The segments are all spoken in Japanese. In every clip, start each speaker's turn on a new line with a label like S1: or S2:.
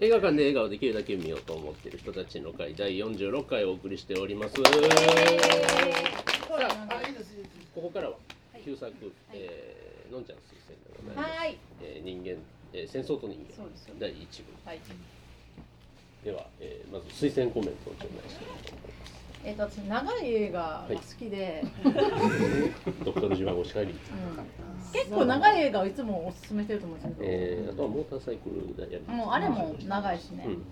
S1: 映画館で映画をできるだけ見ようと思ってる人たちの会第46回お送りしております。さあ
S2: いいですいいです
S1: ここからは
S3: はい
S1: 旧作、えーのんちゃん推薦でございます。
S3: はい。
S1: えー人間、えー戦争と人間
S3: そうですよ
S1: 第一部
S3: はい。
S1: では、えーまず推薦コメントを頂戴して
S3: えっ、と、私長い映画が好きで、
S1: ドクトル島ごしかり、
S3: うん結構長い映画をいつもおすすめしてると思うんですけど、
S1: えーあとはモーターサイクルダイアリー
S3: もうあれも長いしね。
S1: うん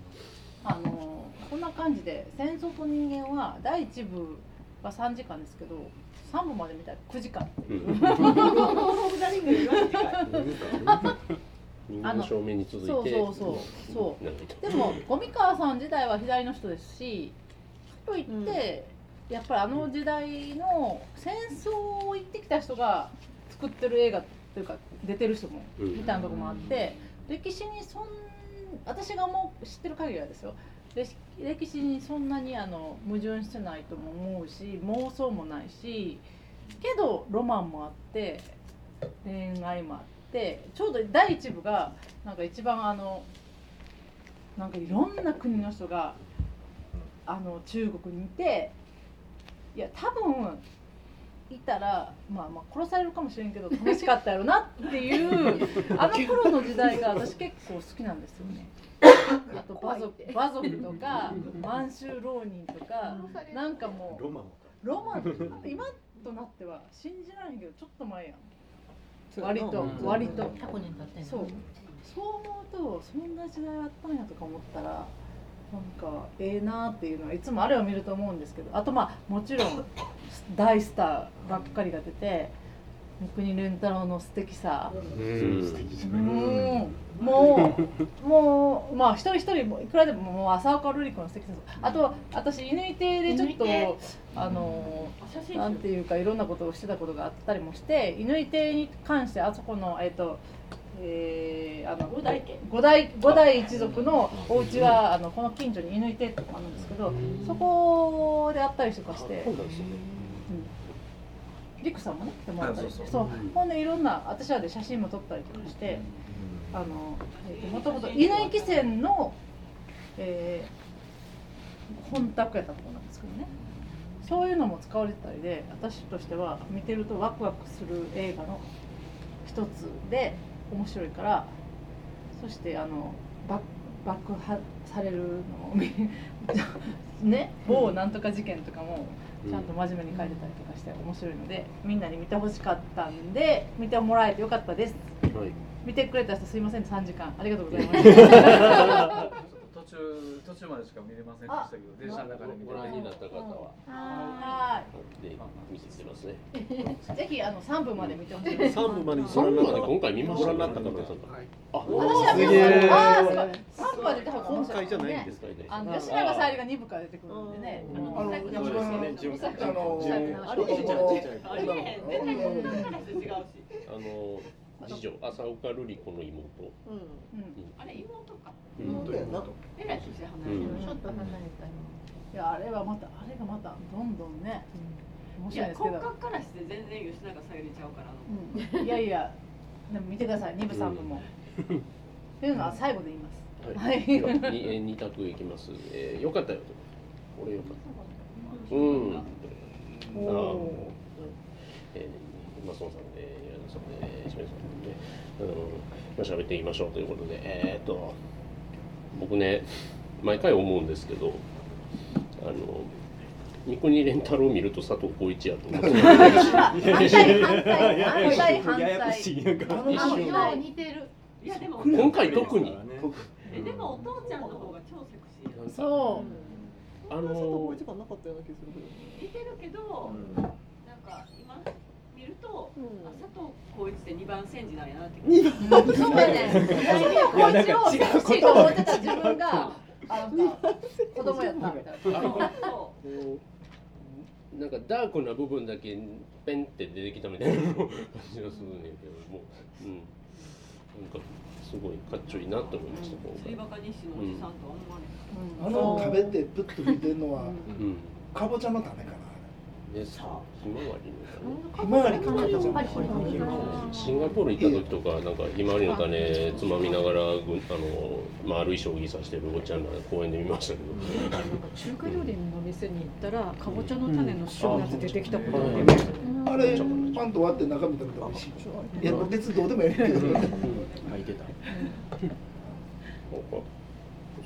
S3: あのこんな感じで「戦争と人間」は第一部は3時間ですけど3部まで見たら9時間
S1: うん人間の正面に続いて
S3: そうそうそうそう
S1: 長いと
S3: でもゴミ川さん時代は左の人ですしかといって、やっぱりあの時代の戦争を行ってきた人が作ってる映画というか出てる人も
S1: うん
S3: みたいなとこもあって歴史にそん私がもう知ってる限りはですよ歴歴史にそんなにあの矛盾してないとも思うし妄想もないしけどロマンもあって恋愛もあってちょうど第一部がなんか一番あのなんかいろんな国の人があの中国にいていや多分いたら、まあ、まあ殺されるかもしれんけど楽しかったやろなっていうあの頃の時代が私結構好きなんですよね。あとバ族バ族とか満州浪人とかなんかもう
S4: ロマン
S3: ロマン今となっては信じられへんけどちょっと前やん割と
S4: うん
S3: 割と
S5: 過去に経ってんの
S3: そうそう思うとそんな時代あったんやとか思ったらなんかええなっていうのはいつもあれを見ると思うんですけどあとまあもちろん大スターばっかりが出て三国連太郎の素敵さ
S1: うん
S4: 素敵じゃ
S3: う
S4: ない
S3: んもうもうまあ一人一人もいくらでももう浅岡瑠璃子の素敵さあと私犬亭でちょっ
S6: 犬
S3: とあの なんていうかいろんなことをしてたことがあったりもして犬亭に関してあそこのえっ、とえーあの
S6: 五代家
S3: 五代五代一族のお家があのこの近所に犬亭ってとこあるんですけどそこであったりとかして
S1: そうなんですよね
S3: リクさんもね来てもらったりして
S4: あ
S3: そ
S4: そううそう
S3: ほんでいろんな私らで写真も撮ったりとかして。あの、えーともともと稲城線の、えー本宅やったところなんですけどねそういうのも使われてたりで私としては見てるとワクワクする映画の一つで面白いからそしてあの爆爆破されるのを見 ね某なんとか事件とかもちゃんと真面目に書いてたりとかして面白いのでみんなに見てほしかったんで見てもらえてよかったです。
S1: はい
S3: 見てくれた人すいません3時間ありがとうございました
S7: 途中途中までしか見れませんでしたけど電車の中で見て
S1: ご覧になった方は
S3: は
S1: で見せてますね
S3: ーいぜひあの3部まで見てほしいです
S4: 三部まで
S1: それまで
S4: ご
S1: 今回見ました
S4: 覧になった方
S1: 皆さん
S4: はい
S1: あ
S3: 私は
S4: す
S3: 見
S4: げえ
S3: ああすごい3部は出た方が面
S4: 今
S3: 白い
S4: 回じゃないん
S3: ね
S4: ですかね
S3: あの吉永小百合が2部から出てくるんでねあの
S2: あの
S3: うさく
S2: 自
S3: うさく
S2: あの
S3: うさく
S2: あ
S3: あ
S2: の
S3: れ
S2: あれ
S1: あの次女浅岡瑠璃子の妹
S3: うん
S4: 妹やな
S5: ちょっと離れたよ
S3: いやあれはまたあれがまたどんどんね面白いですけどうんいやいやでも見てください2部3部もっていうのは最後で言います
S1: はいではにえー二択いきますえーよかったよと俺よかったうん
S3: お
S1: あの
S3: お
S1: えー、松本さん、えー、柳田さん、えー、清水さんで、ね、あの、まあ、喋っていきましょうということで、えーっと、僕ね、毎回思うんですけど、あの、三国連太郎見ると佐藤浩市やと思 って、
S3: 反対反対反対反
S4: ややこ
S3: 対
S4: しいなんか
S1: 一
S5: あ
S1: 瞬
S5: よう似てる
S1: 今回特に、
S6: でもお父ちゃんの方が超セクシー。
S3: そう
S1: あの、
S2: なかったような気するけど
S6: 似てるけど、なんか今見ると、あ佐藤浩一って二番煎じなんやなって。二番。
S3: そうやね。高一をセクシーと思ってた自分が、あなんか子供やったみたいな。
S6: そ
S1: こうなんかダークな部分だけペンって出てきたみたいな感じがするんやけども、うん、なんかすごいかっちょいいなって思いました、今
S6: う。釣
S1: 回
S6: り。バカ日誌のおじさんとは思わ
S2: あの食べてプッと見てるのは
S1: うん
S2: かぼちゃの種かな
S1: えでさひまわりの
S2: ひまわりかけたじゃん
S5: やっぱりこれ
S1: 種
S5: あー
S1: シンガポール行った時とかなんかひまわりの種つまみながらぐあの丸い将棋さしてるおっちゃんら公園で見ましたけど
S8: なんか中華料理のお店に行ったらかぼちゃの種の塩のやつ出てきたことあるよ
S1: うんあ
S2: あれパンと割って中身食べたら美味しいいや別にどうでもいいけど
S9: いてた。
S1: なんか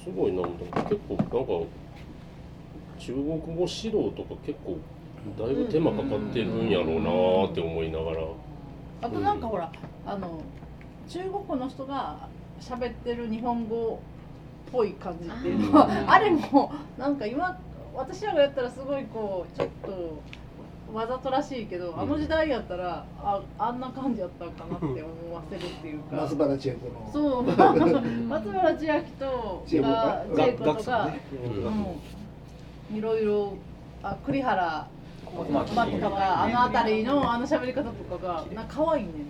S1: すごいな思った結構なんか中国語指導とか結構だいぶ手間かかってるんやろうなーって思いながら、
S3: あとなんかほらあの中国語の人が喋ってる日本語っぽい感じっていうのは あれもなんか今私らがやったらすごいこうちょっとわざとらしいけどあの時代やったらああんな感じやったんかなって思わせるっていうか
S2: 松原千恵子の
S3: そう松原千秋と
S2: 千恵子
S3: が
S2: か
S3: 千恵子と
S9: 学
S3: か、
S9: ね
S3: うん、いろいろあ栗原
S7: ま
S3: ま
S7: あ
S3: とかあの辺りのあの喋り方とかがなんか可愛いねんな。。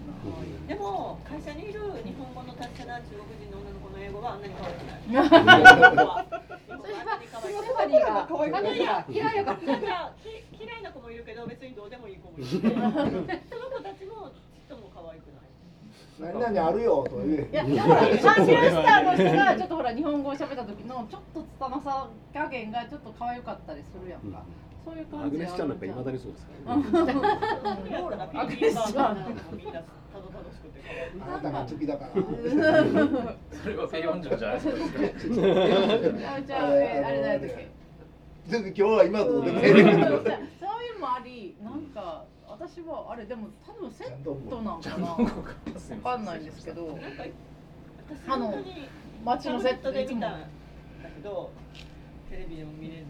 S6: でも会社にいる日本語の達者な中国人の女の子の英語はあんなに可愛くない
S3: あ
S6: そ
S5: それは
S6: 可愛い。
S5: ファニーが可愛
S6: いや
S5: い嫌いやから
S6: なんかき嫌いな子もいるけど別にどうでもいい子もいるしその子たちもちっとも可愛くない。
S2: 何々あるよとか言
S3: い
S2: え
S3: や、でもほら、サンシェルスターの人が、ちょっとほら、日本語を喋った時の、ちょっと拙さ加減が、ちょっと可愛かったりするやんか。そういう
S9: ア
S3: 感
S9: グ
S3: じ
S9: ネ
S3: や
S9: スちゃんなんか未だにそうですからね。
S6: ローラがピーピーバーガーなんかもみんなたどたどしくて可愛い。
S2: あなたが好きだから
S7: それはペヨンジョンじゃないですか。
S3: あ、じゃあ、えあれだよだっけ。
S2: 全然今日は今のと
S3: そう
S2: こで
S3: い
S2: も
S3: う
S2: ええねんけど
S3: のもあり、なんか、私は、あれ、でも、多分セットなんかな。 わかんないんですけど、
S6: なんか私
S3: あの
S6: 本当に
S3: 街のセットで
S6: で
S3: いつ
S6: 見
S3: も
S6: た。んだけどテレビでも見れず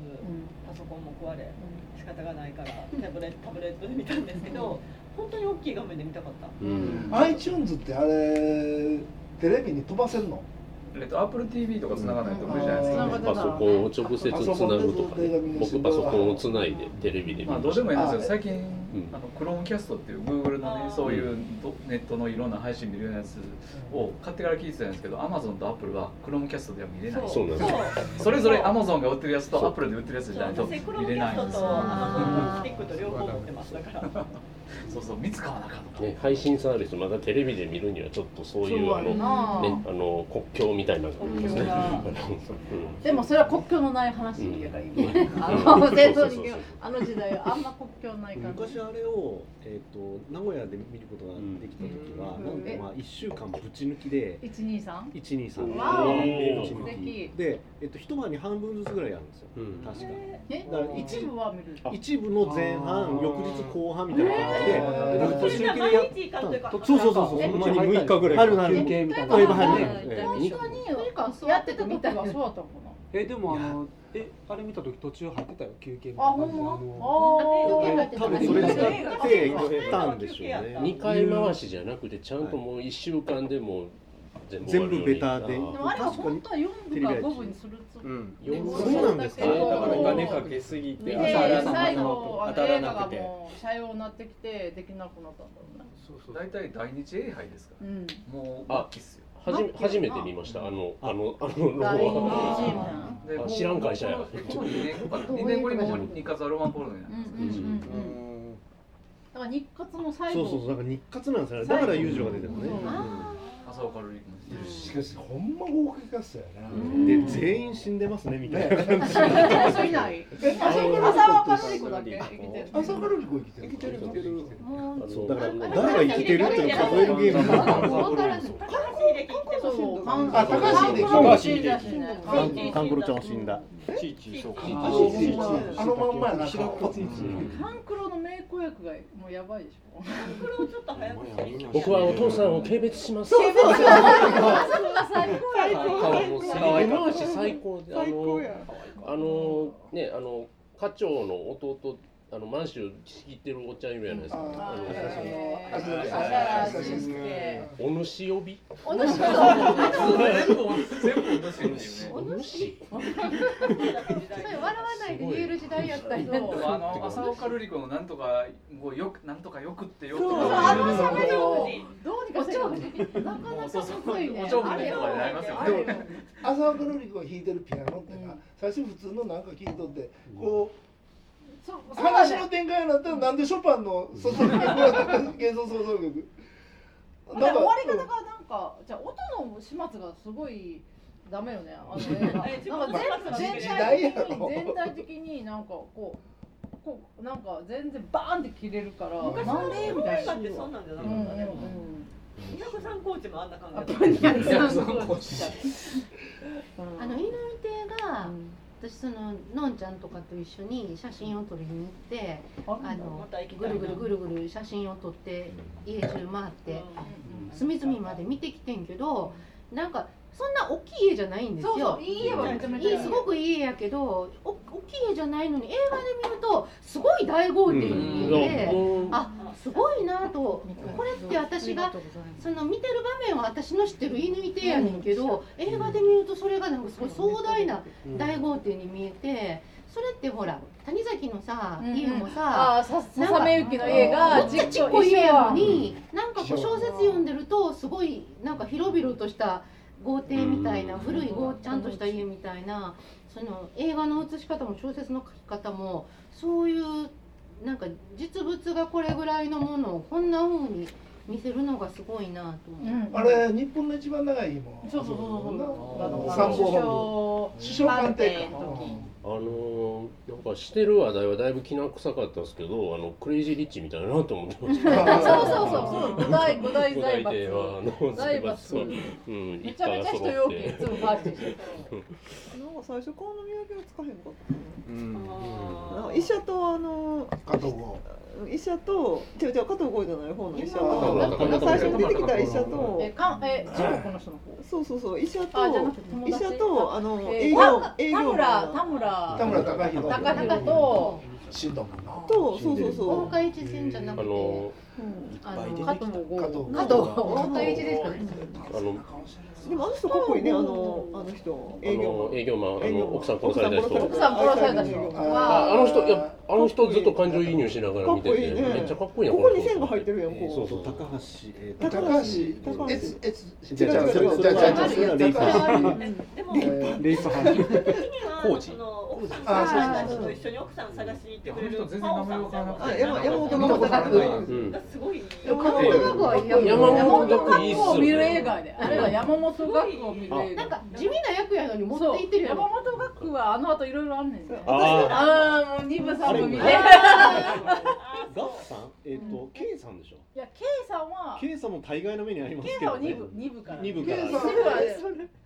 S6: パソコンも壊れ仕方がないからタブレットタブレットで見たんですけど本当に大きい画面で見たかった。
S1: うん
S2: iTunes ってあれテレビに飛ばせんの
S7: えっと、アップル TV とか繋がないと無理じゃないです
S3: うん
S7: か。
S1: パソコンを直接つなぐとか、ね、僕パソコンをつないでテレビで見
S7: まあ、
S1: ま
S7: どう
S1: し
S7: で
S1: た
S7: もいいんですけど、最近、
S1: ん
S7: あの、クロームキャストっていう、Google の
S6: あ
S7: ね
S6: ー、
S7: そういうどネットのいろんな配信見るようなやつを買ってから聞いてたんですけど、Amazon と Apple は Chromecast では見れない。
S1: そうなんですよ
S7: それぞれ Amazon が売ってるやつと Apple で売ってるやつじゃないと
S6: 私クロ
S7: 見
S6: ムキ
S7: れ
S6: ャ
S7: な
S6: ス
S7: い
S6: ト
S7: んですよ
S6: とアマゾンスティックと両方持ってますだから。
S7: そうそう、見つかわなかった。
S1: ね、配信サービスまたテレビで見るにはちょっとそういうあの,、ね、
S3: なあ。
S1: あの国境みたいな感じですね。
S3: でも、それは国境のない話やから、今。あの、戦争に、あの時代、あんま国境ない感じ
S9: 昔。あれを、えっと名古屋で見ることができた時は、
S3: うん
S9: なんとまあ一週間ぶち抜きで
S3: 一二三。
S9: 一二三
S3: わ
S1: お
S9: ぶち
S1: 素
S9: 抜
S3: 敵
S9: きで、えっと一晩に半分ずつぐらいやるんですよ。
S1: うん
S9: 確か。
S3: え
S9: だから、
S3: 一
S9: 一
S3: 部は見る。
S9: 一部の前半、翌日後半みたいな感じで、
S2: えー
S9: なんか途中
S6: じゃあ
S9: でやっ
S6: 毎日行かんというか
S9: たそうそうそうそう、
S3: え
S9: ほんま
S8: に
S9: に
S8: 6日ぐらい
S9: あるなる
S8: 休憩みたいな
S9: 例えば入るね
S8: え
S3: 本当にやってた時はそうだったのかな。
S8: えでもあのえあれ見た時途中入ってたよ休憩みたいな
S3: あ、ほ
S8: 感じで
S3: ん
S8: の
S3: ま。ああ。
S9: 多分それ使って行ったんでしょうね
S1: 二回回しじゃなくてちゃんともう一週間でもう全
S9: 全部ベタで
S3: でもあれは本当は四部か五部にするつもり。
S9: ん
S1: 四部
S9: そうなんですか
S3: ね
S9: だからお金
S3: か
S8: けすぎ
S3: で、最後、あの映画がもう、さようなってきて、できなくなったんだろうね。
S7: 大体大日礼拝ですか
S3: うん。
S7: ら。もう、末期っすよ。
S1: はじめ初めて見ましたあのあのあのロゴ
S3: 大
S1: は。
S3: 事な。
S7: で
S1: あ知らん会社や
S7: もうこの二年後かな二年後にもう日活はロマンポールにな
S3: う
S7: る
S3: んうんうんうん。だから日活も最
S9: そうそうそう、
S3: 後。
S9: だから日活なんですよね。だから友情が出てるのね。
S7: 朝岡瑠璃君も出てるし。
S2: しかしほんま豪華キャストやな
S9: で、全員死んでますねみたいな感じ。
S3: 朝いない。朝はかのりこだけ生きてる。
S2: 朝からリコ生きてる
S3: もう。
S9: そう、だからもう誰が生きてるっていうのを数えるゲームなんだから。
S6: 高橋英樹行ってます
S3: そう、
S9: カンコロちゃんは死んだ。
S2: あのまんまやな
S3: ハンクロの名子役がもうやばいでしょ。
S6: これをちょっと早くしていい
S1: 僕はお父さんを軽蔑します。最高回し最高であのあのねあの課長の弟あの満州仕切ってるおっちゃんいるじゃないですか。あのお主呼び
S3: お主さん。
S7: 全部全部同じっていうね。
S1: お主
S5: 笑わないで言える時代やったり
S3: そう
S7: あの朝岡瑠璃子のなんとかもうよくなんとかよくってよく
S3: そう、あの喋りをどうにかしてる。なかなかかっこいいね。あれよ。あれよ。
S2: 朝からリコが弾いてるピアノってな最初普通のなんか聴いとってこう
S5: そうそうなん
S2: 話
S5: だ
S2: の展開になったらなんでショパンの創作曲だったの幻想創作曲
S3: あれ終わり方がなんか、じゃあ音の始末がすごいダメよね。あの映画なんか全
S2: 時
S3: 全
S2: 代
S3: 体
S2: や
S3: 的
S2: ろ
S3: に全体的になんかこうこうなんか全然バーンって切れるから、
S6: 昔
S3: な
S6: の
S3: んで
S6: 映
S3: みたいな。
S6: 画ってそんなんじゃな
S3: う
S6: か
S3: んうん
S6: った
S3: う
S6: ね。
S3: ん。
S6: 二百三高地もあんな感
S3: あ
S6: じ
S3: こ
S6: だっ
S3: にある
S7: いやそのこっち
S3: うん
S4: あの井上亭が、私そののんちゃんとかと一緒に写真を撮りに行ってあの
S6: また行きた
S4: ぐ
S6: いな。
S4: るぐるぐるぐる写真を撮って家中回ったて隅々まで見てきてんけどなんかそんな大きい家じゃないんですよ
S5: そうそういい家はめちゃめちゃ
S4: いいすごくいい家やけどお大きい家じゃないのに映画で見るとすごい大豪邸に見えて、あすごいなとこれって私がその見てる場面は私の知ってる犬いてやねんけど、映画で見るとそれがなんかすごい壮大な大豪邸に見えてそれってほら谷崎のさ、
S3: うんうん
S4: 家もさ
S5: ああさささめゆきの家
S4: め
S5: が
S4: っちゃちっこい家やのに、なんかこう小説読んでるとすごいなんか広々とした豪邸みたいな、
S1: うん
S4: 古い豪ちゃんとした家みたいなその映画の写し方も小説の書き方もそういうなんか実物がこれぐらいのものをこんな風に見せるのがすごいなと思う。
S3: うん
S2: あれ日本の一番長いも
S3: そうそうそうそうそう。
S2: あ
S3: あ
S2: の
S3: の
S2: 参
S3: 首
S2: 考
S3: 相
S2: 本部首相官邸か
S3: 官邸の時
S1: あのー、なんかしてる話題はだいぶきな臭かったですけどあのクレイジーリッチみたいだなと思ってました
S2: あ
S5: そ
S2: ー
S5: うそうそうそう五大五大
S1: 五大
S5: 財
S1: 帝はあ
S5: 閥
S1: の
S5: 財閥
S1: そううん
S5: め
S1: 一
S5: ちゃ
S1: 家
S5: め
S1: が
S5: ちゃ人
S1: 揃
S5: 用
S1: っ
S5: 件い
S1: て
S5: つもパーティーしてる
S10: なんか最初この土産をつかへんかったな
S9: うん
S10: なんか医者とあの
S2: 加藤剛
S10: 医者と違う違う加藤豪じゃない方の医者が
S2: 今
S10: なんか最初に出てきた医者
S3: え
S10: と
S3: かんえ中国の人の方。
S10: そうそうそう医者
S3: あじゃな
S10: と
S3: くて友
S10: 医
S3: 達
S10: 者とあの
S3: え
S10: 営
S3: ー
S10: 業
S3: た
S10: 営
S3: 田
S10: 業
S3: 村田
S10: マン
S3: 村
S2: 田村貴弘
S3: 高弘と
S2: 死んだもんな
S10: とそうそう
S4: 大
S10: そ
S4: 岡一線じゃ
S1: あ
S4: なくて、
S1: の
S10: う
S4: あ
S9: いっぱい出て
S4: の
S9: きた
S4: 加藤剛
S2: 加藤剛
S4: 加藤剛大岡一ですかね。
S1: あの
S10: でもあの人かっこいいねあのあの人
S1: あ
S10: 営業
S1: の
S10: マン
S1: 営業マンあ
S10: 営業マ
S1: の
S10: ン
S1: 奥さん殺された人
S10: 奥
S5: さん殺された人
S1: ああの人いやあの人ずっと感情移入しながら見
S10: か
S1: て
S10: っこ
S1: て
S10: いいね
S1: めっちゃかっこいいな
S10: ここに線が入ってるやん
S1: えー
S10: こ
S1: そうそう
S9: 高橋え
S10: 高橋高橋
S2: えつえつ
S9: じゃあじゃあそれはそれはそれはレイフ
S2: 違う違
S6: え
S9: ァ
S2: う違う違う違う
S6: でも
S2: えー
S9: レイファ
S6: 高知の奥さん
S2: あそう
S6: が人
S2: そう
S6: と一緒に奥さん探しに行ってくれる
S7: あの人全然名前わからなく
S10: あ
S7: て
S10: 山山本
S2: 山
S10: 真
S2: 本
S10: 孝
S1: うん
S6: すごい。
S4: 山本学校はいいよ
S1: 山
S3: 山
S1: 本
S3: 本
S1: 学
S3: 学
S1: いいっ
S3: 校を
S1: す
S3: 見
S1: よ
S3: る映
S1: ね
S3: 画で、あれは山本学校を見る映
S4: なん
S3: 画。
S4: か地味な役やのに持っていってるやん
S3: 山本学校はあの後いろいろあんねんね。
S1: あ
S3: ああもう二部三部見て。いや
S9: ガッさんえっと K さんでしょ
S3: ケイさんはケ
S9: K さんも大概の目にあります
S3: イ
S9: け
S3: さんは
S9: ど
S3: 二
S9: ね
S3: 部二部から。
S9: 二部
S2: ケ
S9: か
S2: イ
S9: ら
S2: さん
S3: 一部は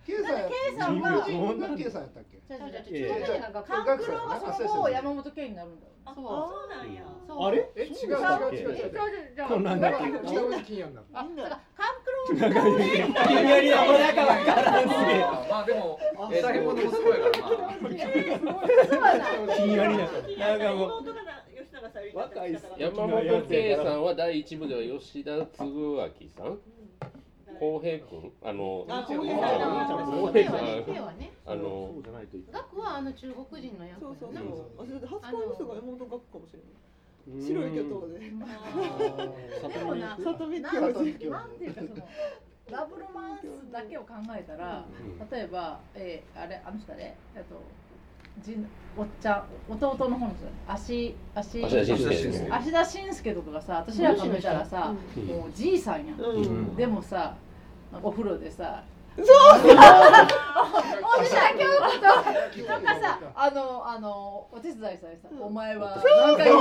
S2: ケイさんや
S3: ケイさんは
S2: 自分のケイさんやったっけ
S4: じゃあじゃあ
S9: ええ
S4: 中学生なんか
S3: 勘九郎がその後山本圭になるんだよ。
S4: そう
S6: そうなんや。
S9: あれ
S2: え違う違う違う違う
S9: こんなんだっけ
S3: あ、だから
S7: まあでもえー、もすごいからまあ
S9: ひんやりな
S6: なんかもう妹がな吉永さゆりだったら仕方がない
S9: 若
S1: 山
S9: いっす
S1: 本圭さんは第一部では吉田嗣明さん浩平君あの
S6: あ
S9: 浩
S6: 浩
S9: 平
S6: 平
S9: さん
S6: さん
S9: 浩
S4: 手
S1: 平
S9: 平
S4: は
S9: さん
S4: ね
S1: 君
S4: 手はね
S1: あの
S9: そうじゃないといけない
S4: 学はあの中国人の役
S10: そうそう
S4: やな
S10: そうあそれで初恋の人が山本学校かもしれない白い巨頭で
S3: でもな、
S10: 里見
S3: なん
S10: 教授
S3: なんていうかそのラブロマンスだけを考えたら、
S1: うん
S3: 例えば、えー、あれあの人誰えっとじんおっちゃん弟の方の人足足
S1: 足田伸
S7: 足田
S1: 介
S3: 芦田
S7: 伸介
S3: 伸介とかがさ私らが見たらさ、
S1: うん
S3: もうじいさんやん、
S10: うん
S3: でもさお風呂でさ
S5: おじさん今日
S3: なんかさあのあのお手伝いされさ、お前はなんか今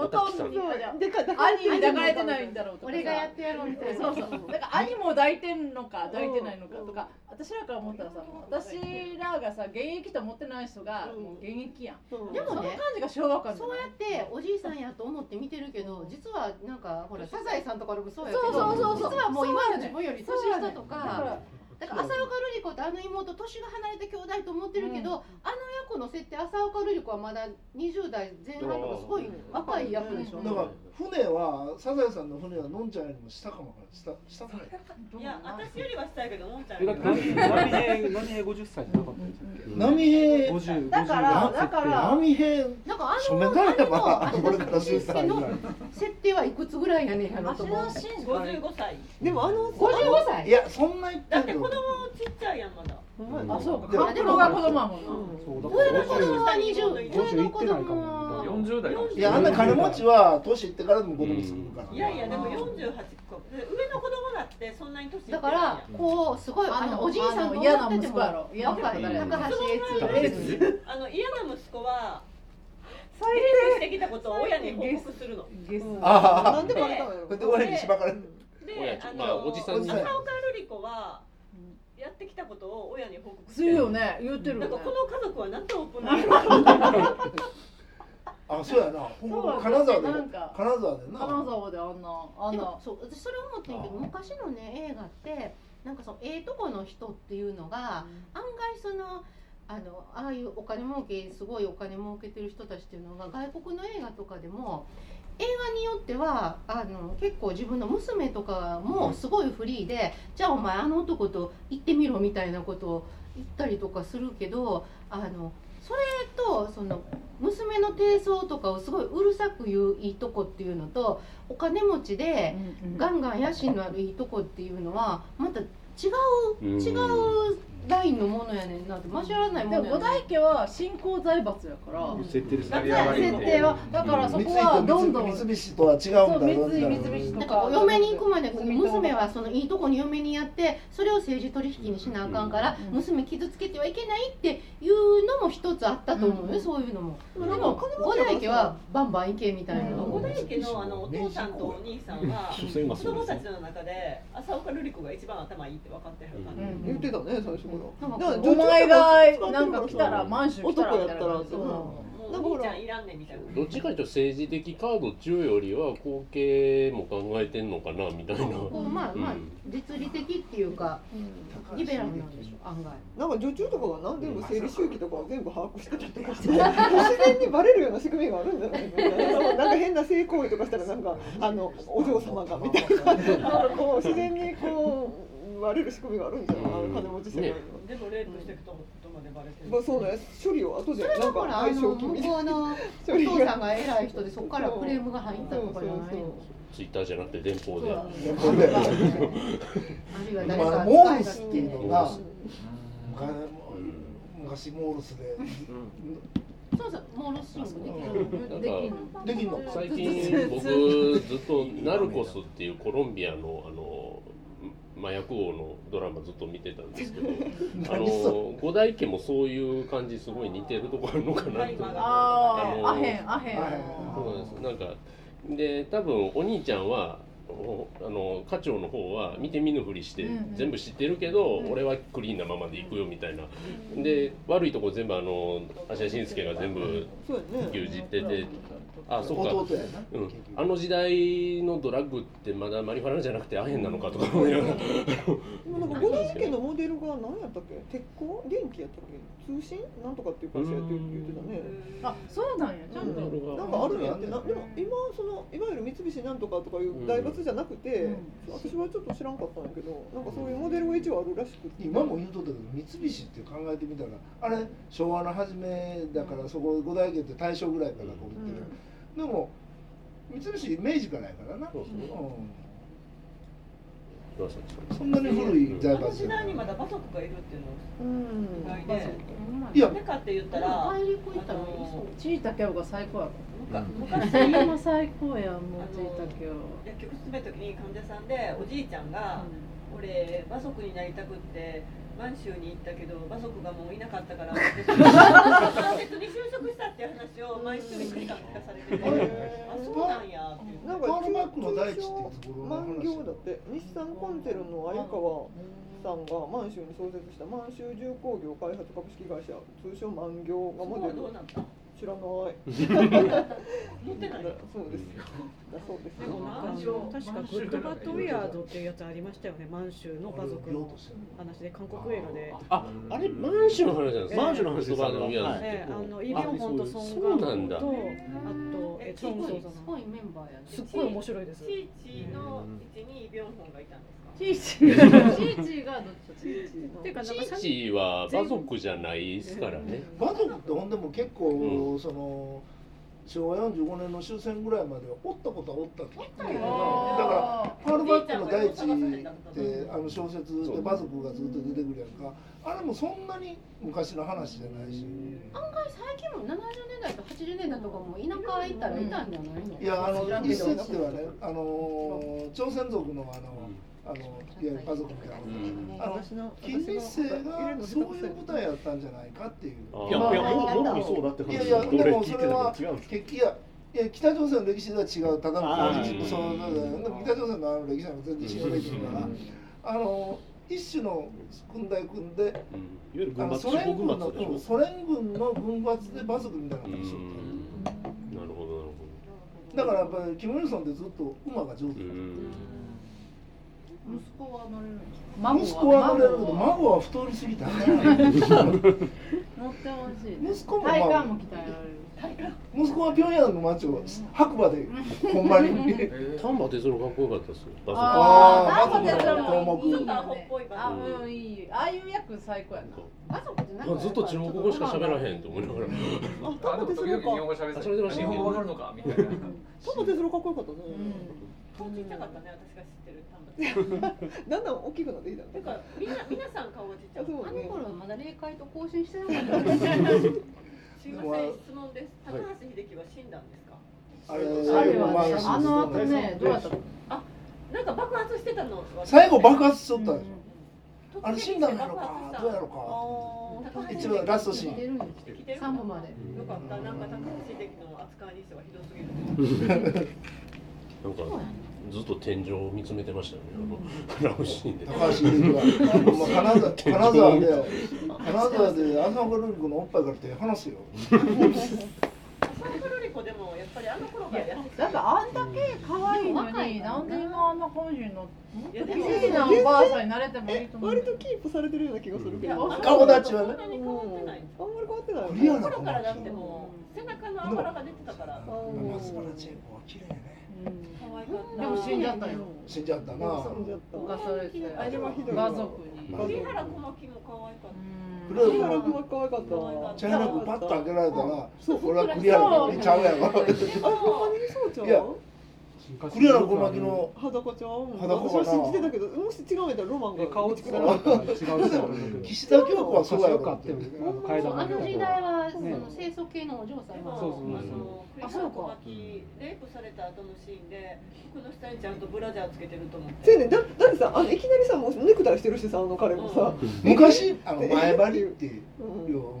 S3: おおとんにあじゃ
S10: でかだ
S3: あ兄に抱かれてないんだろうとかさ
S4: 俺がやってやろうみたいな
S3: そうそう。だから兄も抱いてんのか抱いてないのかとか、私らから思ったらさ、もう私らがさ現役と思ってない人が
S10: うん
S3: もう現役やん。
S10: うん
S4: でもね
S3: 感じが昭和感じゃ
S4: そ
S3: な
S4: う
S3: い
S4: やっておじいさんやと思って見てるけど実はなんかほらサザエさんとかでもそうやけど
S3: そうそうそうそう
S4: 実はもう今の自分より年
S3: そうやね
S4: 下とか
S3: だから
S4: だから浅岡ルリ子とあの妹年が離れた兄弟と思ってるけど、
S3: うん
S4: あの役の設定浅岡ルリ子はまだ20代前半とかすごい若い役でしょ、
S3: うん
S2: だから船はサザエさんの船はのんちゃんよりも下かもわからん下下かも
S6: いや、私よりはしたいけど、のんちゃん
S9: え
S6: よ
S9: だっ
S6: り
S9: て
S6: は。
S9: 波平波平50歳じゃなかったでしたっけ
S2: 波平
S9: 五十
S3: だからだから
S2: 波平
S4: なんかあ
S2: 署
S4: の
S2: 名だれば
S4: あの
S2: これから審査員ぐらい
S4: 設定はいくつぐらいやねんやろと
S3: 芦
S4: 思う
S3: 田伸
S6: 五十五歳。
S10: でもあの
S4: 55歳
S2: いやそんな言
S6: だ
S2: っ
S6: ってて
S2: ん
S6: 子
S2: の
S6: 供ちっちゃいやん、まだ。
S10: うあそうか
S3: でも子供が子供やもんな
S10: そうだから
S4: 上の子供は20
S10: 50
S4: 上の子供は
S7: 40代
S2: いやあんな金持ちは年いってからでも子供作るから、
S6: いやいやでも48個で上の子供だってそんなに年いって
S4: だ
S6: な
S4: か
S6: いやん
S4: らこうすごいあ
S3: あ
S4: の
S3: の
S4: おじいさん
S3: あ
S4: が
S3: の嫌な
S4: 踊ってて
S3: 息
S4: も
S3: 子やろ嫌な
S4: 若い
S3: 息子やろ
S4: 高橋
S6: 高
S4: 悦
S6: 橋あの嫌な息子は
S3: 最
S6: デートしてきたことを親に報告するの。
S3: ゲス
S2: ああ
S10: なんでバレたのよ
S2: これで俺にしばかれる
S6: で、あの、
S1: まあおじさんに
S6: 浅岡瑠璃子はやってきたことを親に報告す
S3: する
S6: る。
S3: よね言ってる
S6: な
S3: よ
S6: んか
S3: ね
S6: この家族はなんてオープンなのか。
S2: あそうやなほんま金沢で
S3: なんか
S2: 金沢でな
S3: 金沢であんなあん
S4: で
S3: な
S4: もそう私それ思ってんけど昔のね映画ってなんかそのええとこの人っていうのが、案外そのあのああいうお金儲けすごいお金儲けてる人たちっていうのが外国の映画とかでも映画によってはあの結構自分の娘とかもすごいフリーで、じゃあお前あの男と行ってみろみたいなことを言ったりとかするけどあのそれとその娘の低層とかをすごいうるさく言ういいとこっていうのとお金持ちで。
S3: うんうん
S4: ガンガン野心のあるいいとこっていうのはまた違う
S1: うん
S4: 違うラインのものやねんなって交わらないもの
S3: で
S4: や
S3: も
S4: ねん
S3: 五大家は信仰財閥やから、
S9: 設定です
S6: 成
S7: 成
S6: り
S7: り
S6: 上がり
S7: 上がり
S3: 設定はだからそ
S2: 三井
S3: こは
S2: と
S3: どんどん
S2: 三菱とは違
S3: そううん
S2: だ
S3: 三
S2: ろ
S3: 井三菱と
S4: なん
S3: か
S4: かお嫁に行くまで娘はそのいいとこに嫁にやってそれを政治取引にしなあかんから
S3: うん
S4: 娘傷つけてはいけないっていうのも一つあったと思うよ、
S3: うん
S4: そういうのも
S10: でも
S4: で
S10: なんか
S4: も五大家はバンバン行けみたいな
S3: うん
S6: 五
S4: の
S6: 大家のあのお父さんとお兄さんは
S9: 所詮は
S6: 子
S9: そうで
S6: 供
S9: す
S6: た
S9: ね
S6: ちの中で浅岡瑠璃子が一番頭いいって分かってはる感じ。
S10: 言ってたね最初
S4: う
S10: からだ
S4: ん
S10: から
S3: お前がなんか来た
S10: 女
S3: ら満州来たらみたいな
S10: 男やったら
S3: そ
S6: もうお兄ちゃんいらんねんみたいな。
S1: どっちかというと政治的カード10よりは後継も考えてんのかなみたいな。
S4: こうまあまあ
S1: うん
S4: 実利的っていうかリベラルなんでしょ案外
S10: なんか女中とかが何でも生理周期とかを全部把握してたりと かして自然にバレるような仕組みがあるんじゃないのそうなんか変な性行為とかしたらなんかあ のお嬢様がみたいななんかこう自然にこうバレる仕組みがあるんじゃないあの金持ち社会の。
S6: でもレイプしてきたことまでバレてる。
S10: まあそうね、処理を後で
S4: それ
S10: な
S4: だ
S10: ん
S4: か
S10: から
S4: あ
S10: 相
S4: の
S10: 性金
S4: 向
S10: みたい
S4: こうのお父さんが偉い人でそこからクレームが入った
S10: な。
S4: とかじゃないの
S1: ツイッターじゃなくて電報
S3: う
S1: で。
S3: だ
S2: やこれだよ
S4: あるいは誰
S2: まあ
S4: か
S2: モール
S4: 使いが
S2: スっていうのが
S7: うん
S2: 昔昔モールスで
S4: そうそうモールス信号できる
S3: うんできんの
S2: できんの
S1: 最近僕ずっとナルコスっていうコロンビアのあの麻薬王のドラマずっと見てたんですけど、 あの
S2: 何そ
S1: 五大家もそういう感じすごい似てるとこあるのかなと。
S3: あ
S1: あ
S3: あ
S1: の
S3: アヘンアヘン
S2: アヘン
S1: そうなんです。なんかで多分お兄ちゃんは。おあの課長の方は見て見ぬふりして
S3: うんうん
S1: 全部知ってるけど、
S3: うん
S1: 俺はクリーンなままで行くよみたいな、で悪いとこ全部あの芦屋慎介が全部
S10: そうや
S1: 牛
S10: ね。
S1: 耳っててあそっか
S2: 弟やな
S1: うん、あの時代のドラッグってまだマリファナじゃなくてアヘンなのかとか思いながら
S10: でもなんか五大家のモデルが何やったっけ？鉄鋼？電気やったっけ？通信？なんとかっていう会社やってるって言ってたね。
S3: あそうなんやちゃんと
S10: なんかあるんやってな、でも今そのいわゆる三菱なんとかとかいう大罰じゃなくて、
S3: うん
S10: 私はちょっと知らんかったんやけど、なんかそういうモデルが一応あるらしくて、
S2: 今も言うとったけど三菱って考えてみたらあれ昭和の初めだからそこ五大家って大正ぐらいからこう言ってる、でも三菱明治からやからな、
S1: そうですね
S2: う
S1: どうしたんでし
S2: ん、そんなに古い
S6: あ
S2: 財
S6: の
S2: 閥
S6: 時
S2: や
S6: 代にまだ馬族がいるっていうの
S10: うん、
S6: が意外
S10: まあ
S6: で。
S2: いや
S6: なんでかって言ったら、
S4: 大陸行ったらいいそう
S3: ちいたけが最高やろ
S6: 昔
S3: 最
S6: 薬
S3: も最高やもうちいたけは
S6: 局勤めた時に患者さんでおじいちゃんが「俺馬族になりたくって満州に行ったけど馬族がもういなかった から」って関節に就職したっていう話を毎週に繰り返されてて「あそうなんや」って
S10: なん
S6: 言っ
S10: か
S6: て
S2: パールバックの大地っていつ頃の
S10: 満
S2: 話
S10: 行だって日産コンセルの鮎川さんが満州に創設した満州重工業開発株式会社通称満行が
S6: そ
S10: モ
S6: こ
S10: デ
S6: は
S10: ル
S6: どうなった
S10: 知らない
S6: 持ってないよ
S10: そうですよだそうです
S6: でもな
S10: よ
S6: んか
S11: 確かグッドバッドウィアードっていうやつありましたよね満州の馬族の話で韓国映画で、
S1: ああれマンションの話なんですか
S11: マンション
S9: の話です
S1: 言葉の意味なんです
S11: ええあのイ・ビ
S9: あ
S11: ョンホンとソン・ガンホンとあとえチョン・ソウザ
S4: す
S11: の
S4: ごいメンバーやね
S11: すっごい面白いです
S6: ちいちの位置に病本がいたんですか
S3: ちいちがちいちがどっち
S11: っていうかなんかさ
S1: チーチは馬族じゃないですからね
S2: 馬族ってほんでも結構、
S1: う
S2: その昭和45年の終戦ぐらいまではおったことはおったって聞
S5: おっ
S2: くけど
S5: たよ
S2: だから「パールバックの大地」ってあの小説で馬族がずっと出てくるやんかあれもそんなに昔の話じゃないし。
S4: 案外最近も70年代と80年代とかも田舎行ったらいたんじゃないの
S2: いやあの
S4: 知らん
S2: 一
S4: けど
S2: 説ではねあの朝鮮族のあの、あのいわゆる家族みたいなこと、あの金日成がそういう舞台やったんじゃないかっていう
S9: いやいやももろにそうだって話
S2: いやいやでもそれは
S9: どれ聞いてたけど違うんです
S2: 結いやいや北朝鮮の歴史では違うただ
S9: あ
S2: の
S9: ー
S2: 一部そうでも北朝鮮のあの歴史なんか全然違う歴史だから、あの一種の軍隊組んで
S9: いわゆる
S2: あ
S9: 軍
S2: の
S9: 閥
S2: ソ
S9: 地方
S2: 連
S9: 軍
S2: 軍の
S9: 閥でしょ
S2: うんソ連軍の軍閥で馬族みたいな
S1: う
S2: 話
S1: んなるほどなるほ
S2: だからやっぱりキム・イルソンってずっと馬が上手
S1: どうん
S3: 息子は乗れるんですか
S2: 息子は乗れるけど孫は太りすぎた
S3: 乗ってほしい
S2: 息子も
S3: 体
S2: まあ
S3: 幹も鍛えられる
S2: 息子は平壌の街を白馬でほんま に
S1: 丹波哲郎かっこよかったですよ馬族
S2: あー
S3: あー丹波哲郎
S2: 馬族の
S3: いい
S2: 項
S3: よね
S2: 目
S3: あうんいいああいう役最高や
S4: な家族って
S1: あずっと中国語しか喋らへんと思いながら。
S7: あでも時々日本語喋ってる日本語わかるのかみたいな
S10: タマテスロかっこよかったね。
S6: 顔ちっちゃかったね、私が知ってる丹波哲
S10: だんだん大きくなってきたね。
S6: 郎。だからみんな皆さん顔がちっちゃい。
S10: そうね
S4: 頃はまだ霊界と交信してなかった
S6: すみません、質問です。高橋秀樹は死んだんですか。
S2: あれ
S4: 彼はねあの後ねどうやった
S6: あ、なんか爆発してたの。
S2: 最後爆発しとったでし
S6: ょ
S2: あれ死んだんやろかどうやろ
S6: 高
S2: か
S6: 橋
S2: 一番ラストシーン
S4: 三部まで
S6: よかった、なんか高橋秀樹の扱いにしてはひどすぎる。
S1: なんかずっと天井を見つめてましたよね。あのラブシーンで。
S2: 高橋英樹 はまあ金沢金沢で金沢
S1: で。
S2: で朝岡瑠璃子のおっぱいから手離すよ
S6: サンフルリコでもやっぱりあの頃からやって
S3: だってあんだけ可愛いの
S4: 若い
S3: に
S4: から
S3: なんで今あんな感じになってもっ
S6: いや
S3: と
S6: で
S3: 綺
S6: も
S3: 麗なおばあさんになれてもいいと思う
S10: 割とキープされてるような気がするけど。
S2: 顔立ちはね
S6: そんなに変わってない。
S10: あんまり変わってないよね。
S2: リア
S6: あ
S2: ル
S6: の頃
S2: な顔
S6: からだ
S2: だ
S6: ってもう背中のあばらが出てたから。
S2: 松原千恵子は綺麗ね
S6: 可愛かった。
S3: でも死んじゃったよ
S2: 死んじゃったな
S3: 犯されて
S6: あでもひどい
S3: 馬族に
S6: 栗原小牧も可愛かった。
S2: 栗原
S10: 原
S2: 君
S10: 君は可愛かった。
S2: チャイナ君パッと開けられたら
S10: そう
S2: これは栗原君にちゃうやろ
S10: あ、ほんまにそうちゃう。
S2: いや栗原小牧の
S10: 裸ちゃん。
S2: 裸
S10: 私は信じてたけど、もし違うんやったらロマンが。
S7: 顔つ
S10: 違
S7: きがなんか違うし
S2: 岸田京子はそうやろ
S9: かっていう階段
S4: あの時代はそ
S9: ね
S4: の清楚系のお嬢さんが
S9: そうそうそう
S6: 栗原小牧レイプされた後のシーンで服の下にちゃんとブラジャーつけてると思って。
S10: せやねんだだってさあのいきなりさもうネクタイしてるしさあの彼もさ、
S2: 昔あの前張りっていう
S10: うん
S2: よ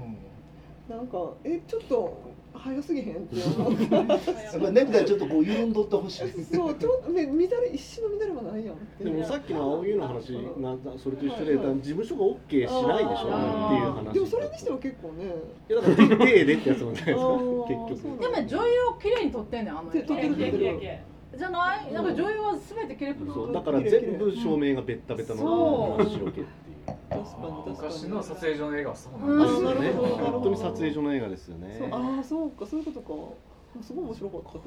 S10: なんかえちょっと早すぎへんって思った
S2: やっぱりネクタイちょっとこう緩んどってほしい
S10: そうちょっとね乱れ一瞬の乱れもないやんって
S9: でもさっきの青湯の話がそれと一緒で、事務所が OK しないでしょっていう話
S10: でもそれにしては結構ね
S9: いやだから手手でってやつもね結
S10: そうな
S9: 局
S10: ん
S3: でもね女優を綺麗に撮ってんねんあの
S10: で撮ってる撮ってる
S3: じゃないなんか女優は全て綺麗
S9: そ
S3: く
S9: うだから全部照明がベッタベタの話を受けっていう
S10: 確かに確
S7: 昔
S10: かに
S7: の撮影所の映画はそう
S10: あ
S7: なんです
S10: な
S7: よ
S10: る
S7: ね
S10: ほどなる
S9: 本
S10: ほ
S9: 当
S10: ど
S9: に撮影所の映画ですよ
S10: そう
S9: ね
S10: ああそうかそういうことかすごい面白かったけど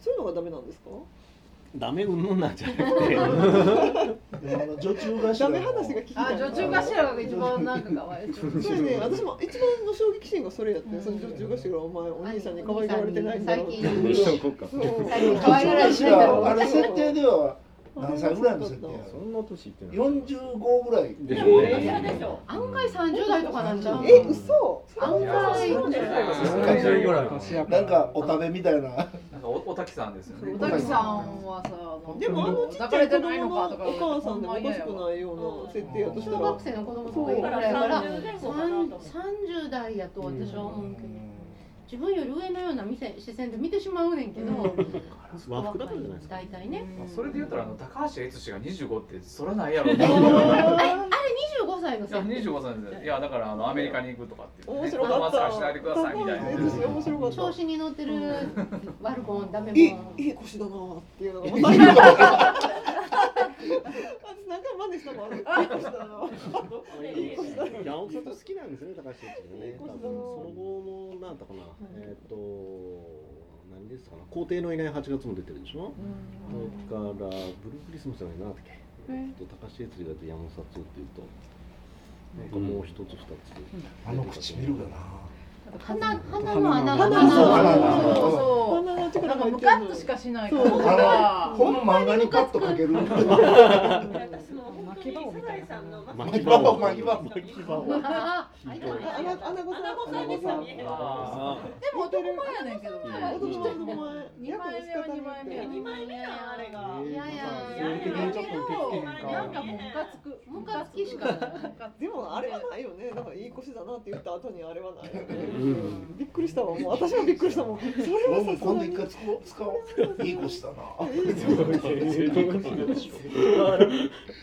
S10: そういうのがダメなんですか
S9: ダメうんぬんなんじゃなくて
S2: でもあの女中が
S10: ダメ話が聞きた
S3: あ
S10: いな
S3: 女中頭が一番なんか可愛い
S10: そうやね、私も一番の衝撃シーンがそれやって、その女中がしがお前お兄さんに可愛がられてないんだろうって
S4: 最
S10: いう。
S9: そうか
S10: そう
S4: 最近可愛がられてないんだろう
S2: あれ設定では何歳ぐらいの設定や
S9: そんな年いってない
S2: 45ぐらい
S9: でし
S6: も
S9: ょ
S6: うレイ
S9: ね
S6: ヤーでしょ。
S4: 案外三十代とかなんちゃう
S10: え、嘘。
S4: 案外
S2: なんかお食べみたいな
S7: なんかおおたきさんですよね
S3: おたきさんはさあの
S10: でもあのちっちゃ
S3: 抱かれ
S10: い子
S3: て
S10: 供
S3: ない
S10: の
S3: の
S10: お
S3: かとか
S10: 母さんでもおかしくないような設定やとしたら
S4: 小学生の子供とかいるぐらいだから
S6: そう
S4: 三十代やと私は思うけど自分より上のような見せ視線で見てしまうねんけど
S9: 和服だからじゃないですか
S4: 大体ね
S7: まあそれで言ったらあの高橋悦司が25ってそらない やろい
S4: あれ25歳の
S7: や
S4: 設定
S7: 25歳ですよいやだからあのアメリカに行くとかっていうね
S10: 面白かった。
S7: 子供扱いしないでくださいみたいな
S10: 面白かった
S4: 調。子に乗ってる悪ルコンダメ
S10: いい
S4: もん
S10: いい腰だなっていうのが分かる。私なんか真似したもん。いい腰だな。
S9: いや青木さんと好きなんですね高橋英樹がね多分その後もなんだかなえっと何ですかな皇帝のいない8月も出てるでしょだからブルークリスマスじゃないななんだっけえっと高橋英樹が出て山本撮っていうとなんかもう一つ二つ
S2: あの唇がな
S4: 鼻鼻の穴が
S2: 鼻の穴が
S4: そうそう
S3: そう
S10: そう
S3: なんかムカッとしかしないから
S2: あの本漫画にカットかける。
S6: 私も本当にサザエさんの
S2: 巻き場を巻き場を
S6: 巻き
S2: 場を
S4: あ
S6: あ
S4: でも
S6: アナゴさんにさ見える。
S3: でも男前やねんけどね
S10: 男前男
S3: 二枚目は二枚目や
S6: 二枚目やんあれが。
S4: いやいや
S3: なんかもうムカつく
S4: ムカつきしかない
S10: でもあれはないよね。なんかいい腰だなって言った後にあれはないよね。びっくりしたわ。もう私もびっくりしたもん。それ
S2: 俺
S10: は
S2: も
S10: さすが
S2: 今度
S10: に
S2: 一回使おう使おう。いい子したな。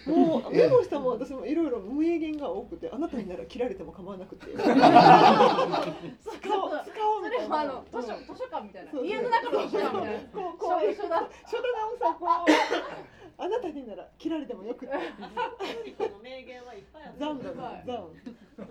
S10: もう目の下も私もいろいろ無意見が多くて、あなたになら切られても構わなくて。使おう使おう
S3: そ
S10: みた
S3: れ
S10: い
S3: も
S10: な。
S3: あの図書図書館みたいな
S10: そう
S3: 家の中の図書館みたいな
S10: こうこう
S3: 書書だ
S10: 書道直さこうあなたになら切られてもよくて
S6: 名言はいっぱいある。
S10: 残土の残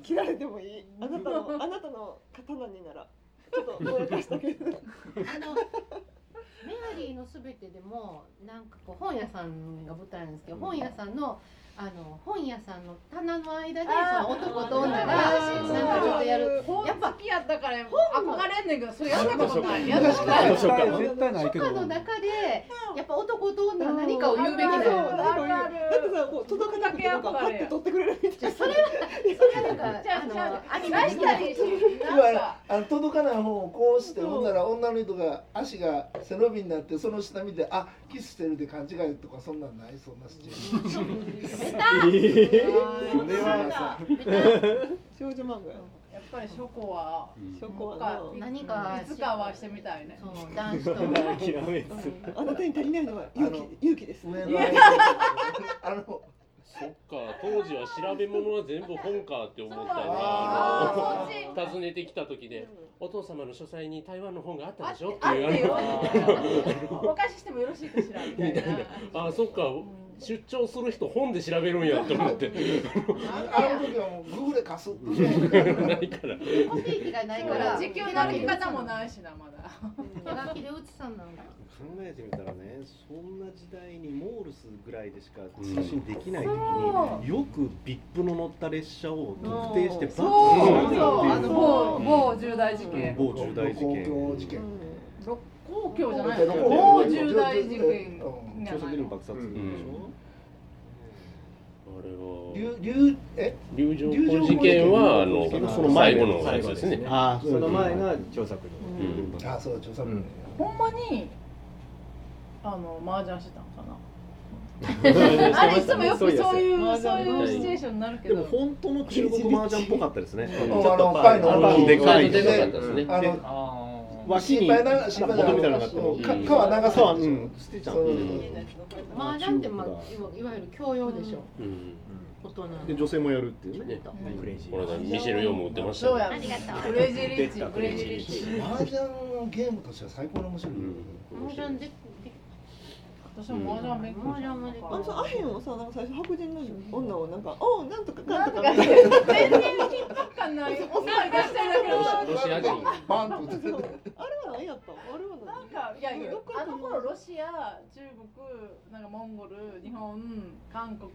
S10: 切られてもいいあなたのあなたの刀にならちょっとぼやかしたけど
S4: あのメアリーのすべてでもなんかこう本屋さんが舞台なんですけど本屋さんのあの本屋さんの棚の間でその男と女がなんかちょっとやる
S3: 本
S4: やっぱ
S3: 好きやったから
S4: も
S3: 憧れんねんけどそれやったことないやったことない
S12: 確かに絶対ないけ
S4: 中
S12: ど
S4: の中でやっぱ男と女は何かを言うべきだ
S10: そう
S4: よ
S10: なんか言うだってさこう届かなくてなんかパッて取ってくれるみたいなそれ
S4: それはなんかあのアニメ
S3: 出
S4: み
S3: したた
S4: い
S3: りしなん
S2: 今
S3: か
S2: あの届かない本をこうしてほんなら女の人が足が背伸びになってその下見てあキスしてるで勘違いとかそんなんないそんなシチュエーション。それはさ
S10: 少女漫画や
S3: やっぱりショコは
S10: そこはな
S4: 何か
S3: いつかはしてみたいね
S4: そう男子と
S10: あなたに足りないのは勇気勇気ですね
S2: 上のあの
S1: そっか当時は調べ物は全部本かって思った
S3: あ
S1: ら
S3: ーそっ
S1: 訪ねてきた時で「お父様の書斎に台湾の本があった
S3: あ
S1: でしょ?」って
S3: あっ
S1: 言わ
S3: て
S1: れ
S3: よ
S1: た
S3: お返ししてもよろしいかしらみたい
S1: みた
S3: ない
S1: な「あーそっか出張する人本で調べるんや」って思って
S2: あの時はもうグーで貸すっていう。
S1: ないから
S4: コピー機がないから
S3: 時給の歩き方もないしなまだ
S4: 手書きで写さんなんだ
S9: 考えてみたらねそんな時代にモールスぐらいでしか通信できない時に、よく VIP の乗った列車を特定してバッ
S3: そう
S9: と
S3: そう
S9: 調
S3: あの
S9: べた
S3: 某某重大事
S9: ってい
S3: 件
S9: う某重大事件
S2: 公共事件。
S3: 六公共じゃない
S2: 六
S3: の
S2: 公
S3: 某
S2: 共
S3: 重大事件じゃ
S9: 朝
S3: な
S9: 食
S3: い
S9: でも
S3: の
S9: 爆殺するでしょ、
S1: あれは
S2: 流流え
S1: 龍城湖事件はあのその最後のやつですね
S12: あーその前
S9: うん
S12: が調査国
S1: うん
S2: あそう調査部ね。
S3: ほんまにあの麻雀してたんかなあれいつもよくそういうそういうシチュエーションになるけ
S9: でも
S3: ど
S9: 本当の中国麻雀っぽかったですね。
S2: ん
S9: ちょっとパイ
S2: あの
S9: あのでかい
S1: でかかったですね
S2: あの
S9: 脇に
S2: 心配な心配な
S9: 元みたいなのがあっても
S2: か川流す
S9: 川うん捨てちゃう
S2: そう
S4: 麻雀ってまあいわゆる教養でしょ
S1: うん
S4: 大人の
S9: で女性もやるっていうね。
S1: ね
S12: クレイジ
S1: この間
S12: ー
S1: ミシェル・ヨーも売ってました
S3: そうや
S1: ね
S3: グレイジーリッチグレイジーリッチ
S2: 麻雀のゲームとしては最高に面白い。
S4: 麻雀でで
S3: 私も麻雀勉強
S4: 麻雀もでき
S10: あのさア
S3: あ
S10: ヘンをさなんか最初白人の女をなんかおうなんとかかんとか
S3: 全然緊迫感ないお触り出してるだけど
S1: ロシア人
S2: バンと打って
S10: あれは何やったあれは
S3: な
S10: 何
S3: んかいやいやあの頃ロシア中国なんかモンゴル日本韓国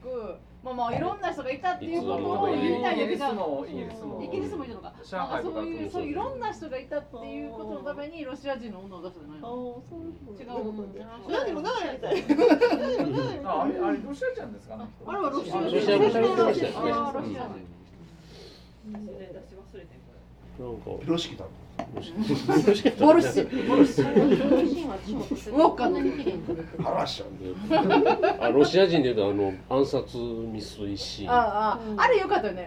S3: まあまあいろんな人がいたっていうことを言いたいだけじゃん
S7: のイギリスの
S3: イギリスもいたのか
S7: 上
S3: なんか
S7: 海
S3: そ
S7: とか
S3: ういうそういういろんな人がいたっていうことのためにロシア人の女を出したんじゃない
S10: ああ
S3: の
S10: そういうふうに
S3: 違う
S10: うん何もないみたいな
S7: ああれあれロシアじゃんですかね。
S3: あれはロシア
S1: ロシア語喋ってましたよね
S3: あーロシア人
S6: 忘れた私忘れてる
S1: なんか
S2: ピロシキだ。
S3: ボルシボルシ
S4: ウォッカの綺麗に
S2: 話しちゃう。
S1: あロシア人でいうとあの暗殺未遂シーン
S3: あああれ良かったよね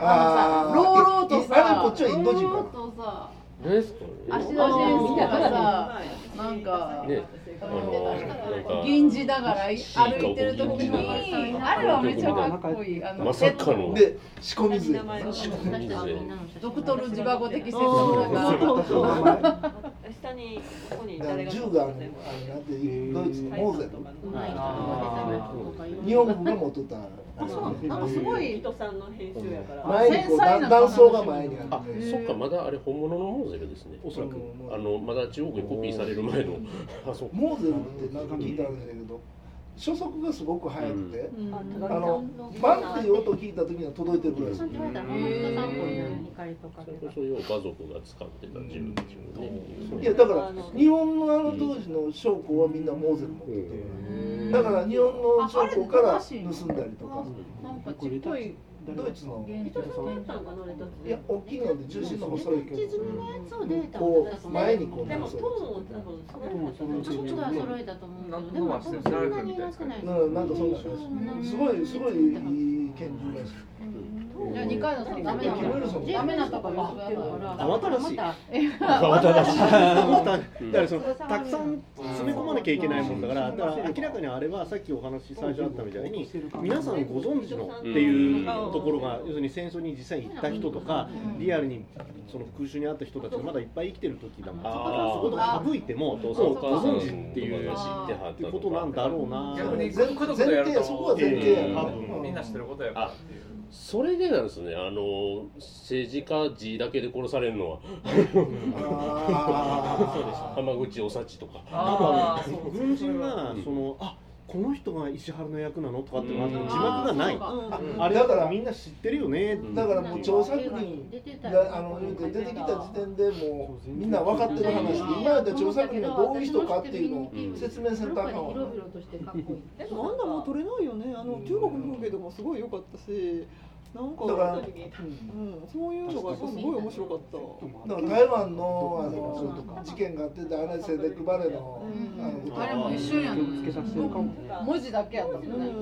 S3: あ
S2: あー
S3: のさローローと
S2: いいあれ
S3: さ
S2: こっちはインド人か
S3: ローローとさ
S1: 何ですかね
S3: 足の線好きだからさなんか
S1: ねあの
S3: 銀次だから歩いてる時にあれはめちゃかっこいい
S1: な
S3: あ
S1: んか
S3: の
S1: まさかの
S2: で仕込み図。
S4: 私たちみんなの写真
S3: ドクトルジバゴ的説
S10: そう
S3: 明が
S6: 下にここに
S2: だから
S6: 誰が
S2: 銃があのあのなんていうドイツのモーゼ
S6: とか
S4: う
S6: の
S4: まい人とか
S2: 日本国が持っとった。
S4: あそうなん
S6: な
S4: だ
S6: んかすごい伊藤さんの編集やから
S2: 前にこう断断層が前にあ
S1: あ
S2: って。
S1: そっかまだあれ本物のモーゼルですねおそらくあのまだ中国にコピーされる前のあそう
S2: モーゼルってなんか聞いたんだけど、初速がすごく速くて、
S4: うん
S2: あ
S4: うん
S2: のバンっていう音を聞いた時には届いてるぐらいです。
S1: それを馬族が使ってた自分たちのね
S2: いやだから日本のあの当時の将校はみんなモーゼル持ってて、だから日本の将校から盗んだりとか
S3: なんかちっこい
S2: ドイツのい
S6: い
S2: や大きいので重心の細いけどこう前にこう
S6: でも
S2: そ
S6: ト
S2: う
S6: ーンを多分それ
S4: 揃えたと思うけどでもそんなに安くないです
S2: うんなんかそんな感じすごいすごいいい拳銃らしい
S3: じゃあ二回のさダメなダメなとこ言ってるから。
S9: あまたらしい
S3: また
S9: しいだからそのたくさん詰め込まなきゃいけないもんだからだから明らかにあれはさっきお話最初あったみたいに皆さんご存知のっていうところが要するに戦争に実際に行った人とかリアルにその空襲にあった人たちがまだいっぱい生きてる時だもんだからそこと省いてももうご存知っていうってことなんだろうな
S7: 逆に家族とやるとうんみんな知ってることやからっていう
S1: それでなんですねあの政治家字だけで殺されるのは浜口おさちとか
S9: あとは軍人がそのあこの人が石原の役なのとかっていうのは字幕がない
S2: うん
S9: あれだからみんな知ってるよね
S2: だからもう調査員があの言うて出てきた時点でもうみんな分かってる話で今やったら調査員がどういう人かっていうのを説明せんとあかんわな
S10: でもなんだもう取れないよねあの中国の風景とかもすごい良かったしなんか
S2: だか
S10: う
S2: ら
S10: ん、そういうのがすごい面白かった
S2: だから台湾のあの事件があっててあれセデックバレーの
S3: あれも一緒やん。文字だけやったもんね。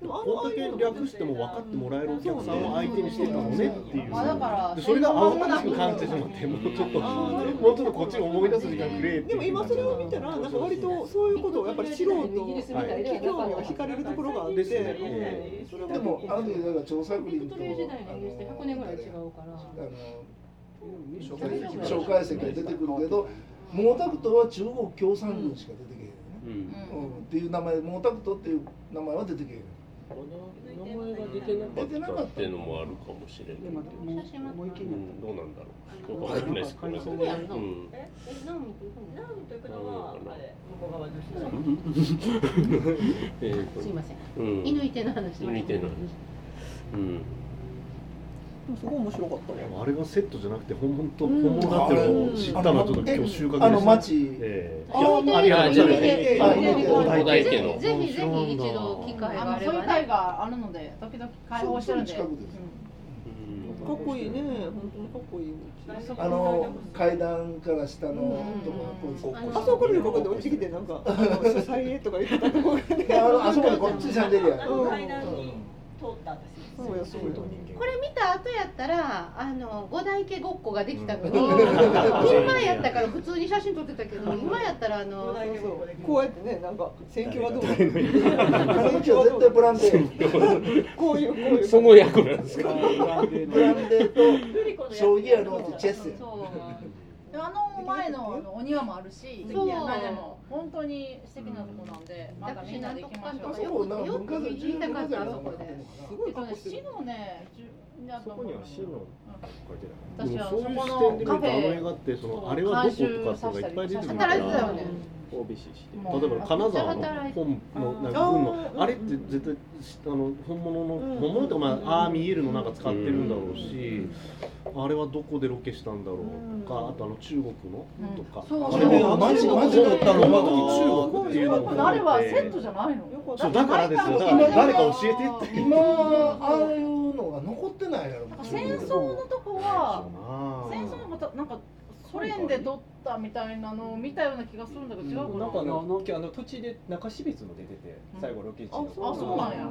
S9: こんだけ略しても分かってもらえるお客さんを相手にしてたのねっていう
S3: あだから
S9: でそれが慌ただしく感じてしまってもうちょっともうちょっとこっちを思い出す時間くれって
S10: でも今それを見たらなんか割とそういうことをやっぱり素人に興味が惹かれるところがあって、
S2: ですねでもあの時だから調査員と
S4: 100年ぐらい違うから
S2: あの紹介席が出てくるけど毛沢東は中国共産軍しか出てけ
S1: へんよね、
S2: うんっていう名前毛沢東っていう名前は出てけへん
S1: 名前が出てなかったっていうのもあるかもしれないけど、うん、どうなんだろうよくわかんないですけど、
S4: そう
S1: う
S4: やんな。
S1: ん
S4: え、ナウミと行くの？ナウミと行くのはあれ向こう側女
S1: えーと
S4: すいません
S1: うん、
S4: 犬いての話
S1: 犬いての話うん
S10: すごい面白かった
S9: あれがセットじゃなくて本物と
S10: うん
S9: 本物になってるのを知ったのはちょっと今日収穫でした
S2: あの町
S9: ええ
S2: あ
S9: いやありがとうございます
S1: 古代家の
S4: ぜひぜひ一度機会があれ
S3: そ
S4: ば
S3: ういう会があるので、時々会合してるんで。
S10: かっこいいね本当にかっこいい
S2: あの階段から下のとこがこう
S10: あそこから旅行で落ちてきてなんか主催へとか言ってたところ
S2: いやあのあそこでこっちシャンデリアや
S10: うん
S6: 階段に通った私
S10: そうやそうや
S4: これ見た後やったらあの五大家ごっこができたけど、今やったから普通に写真撮ってたけど、今やったらあの
S10: こうやってねなんか選挙はどうだ
S2: 選挙は絶対ブラン デ
S10: ーこういうこういう
S1: その役なんですか
S2: ブランデーと将棋やろうってチェスや
S3: であの前のあのお庭もあるし、
S4: そう
S3: まあでも本当に素敵なとこなんで、またみんなで行きましょう。
S4: 私なんとかよくよく言いたかったあそこで。
S10: すごい
S3: 格好してる市のね、じゅなんか
S9: ここには死の
S3: うん
S9: で
S3: 私
S9: も
S3: はそこの
S9: そういう視点で見ると
S3: カフェ
S9: あの映画ってそのあれはどことかっていうのがいっぱい出てくるから
S4: 働いてたよね
S9: OBC して例えば金沢の本のなんか軍のあれって絶対あの本物の本物とかまあああ見えるのなんか使ってるんだろうしあれはどこでロケしたんだろうとかあとあの中国のとか
S3: そう
S9: あれね
S3: そう
S9: マジマジだったの本当に中国っていうの
S3: あれ
S9: も
S3: は
S9: 含
S3: セ
S9: め
S3: ッ
S9: て
S3: トじゃないの。
S9: そうだからですよだから誰か教えてって
S2: 今ああいうのが残ってないやろ
S3: 戦争のとこは
S9: あー
S3: 戦争のまたなんかソ連で撮ったみたいなのを見たような気がするんだけど違うかな。
S12: なんかあのあの土地で中標津も出てて最後ロケ地の
S3: あそうなんや。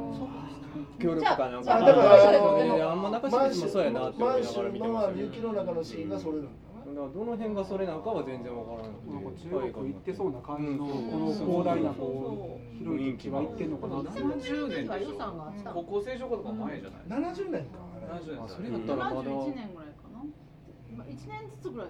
S12: 協力かなん
S2: じゃ
S12: か
S2: あだから
S12: あんま中
S2: 満
S12: 標津もそうや
S2: 州
S12: な
S2: の
S12: って思
S2: 満
S12: いながら
S2: 州
S12: 見てました
S2: の
S12: ね
S2: 雪の中のシーンがそれなの
S12: どの辺がそれなのかは全然わからないなんか中国行ってそうな感じのこ
S13: の広大なこ
S12: う広い地は行ってんのかな
S7: 70年でしょ高校生とか前じゃない
S2: 70年か
S7: 70年そ
S12: れだったらまだ
S3: 71年ぐらいかな。まあ一年ずつぐらい。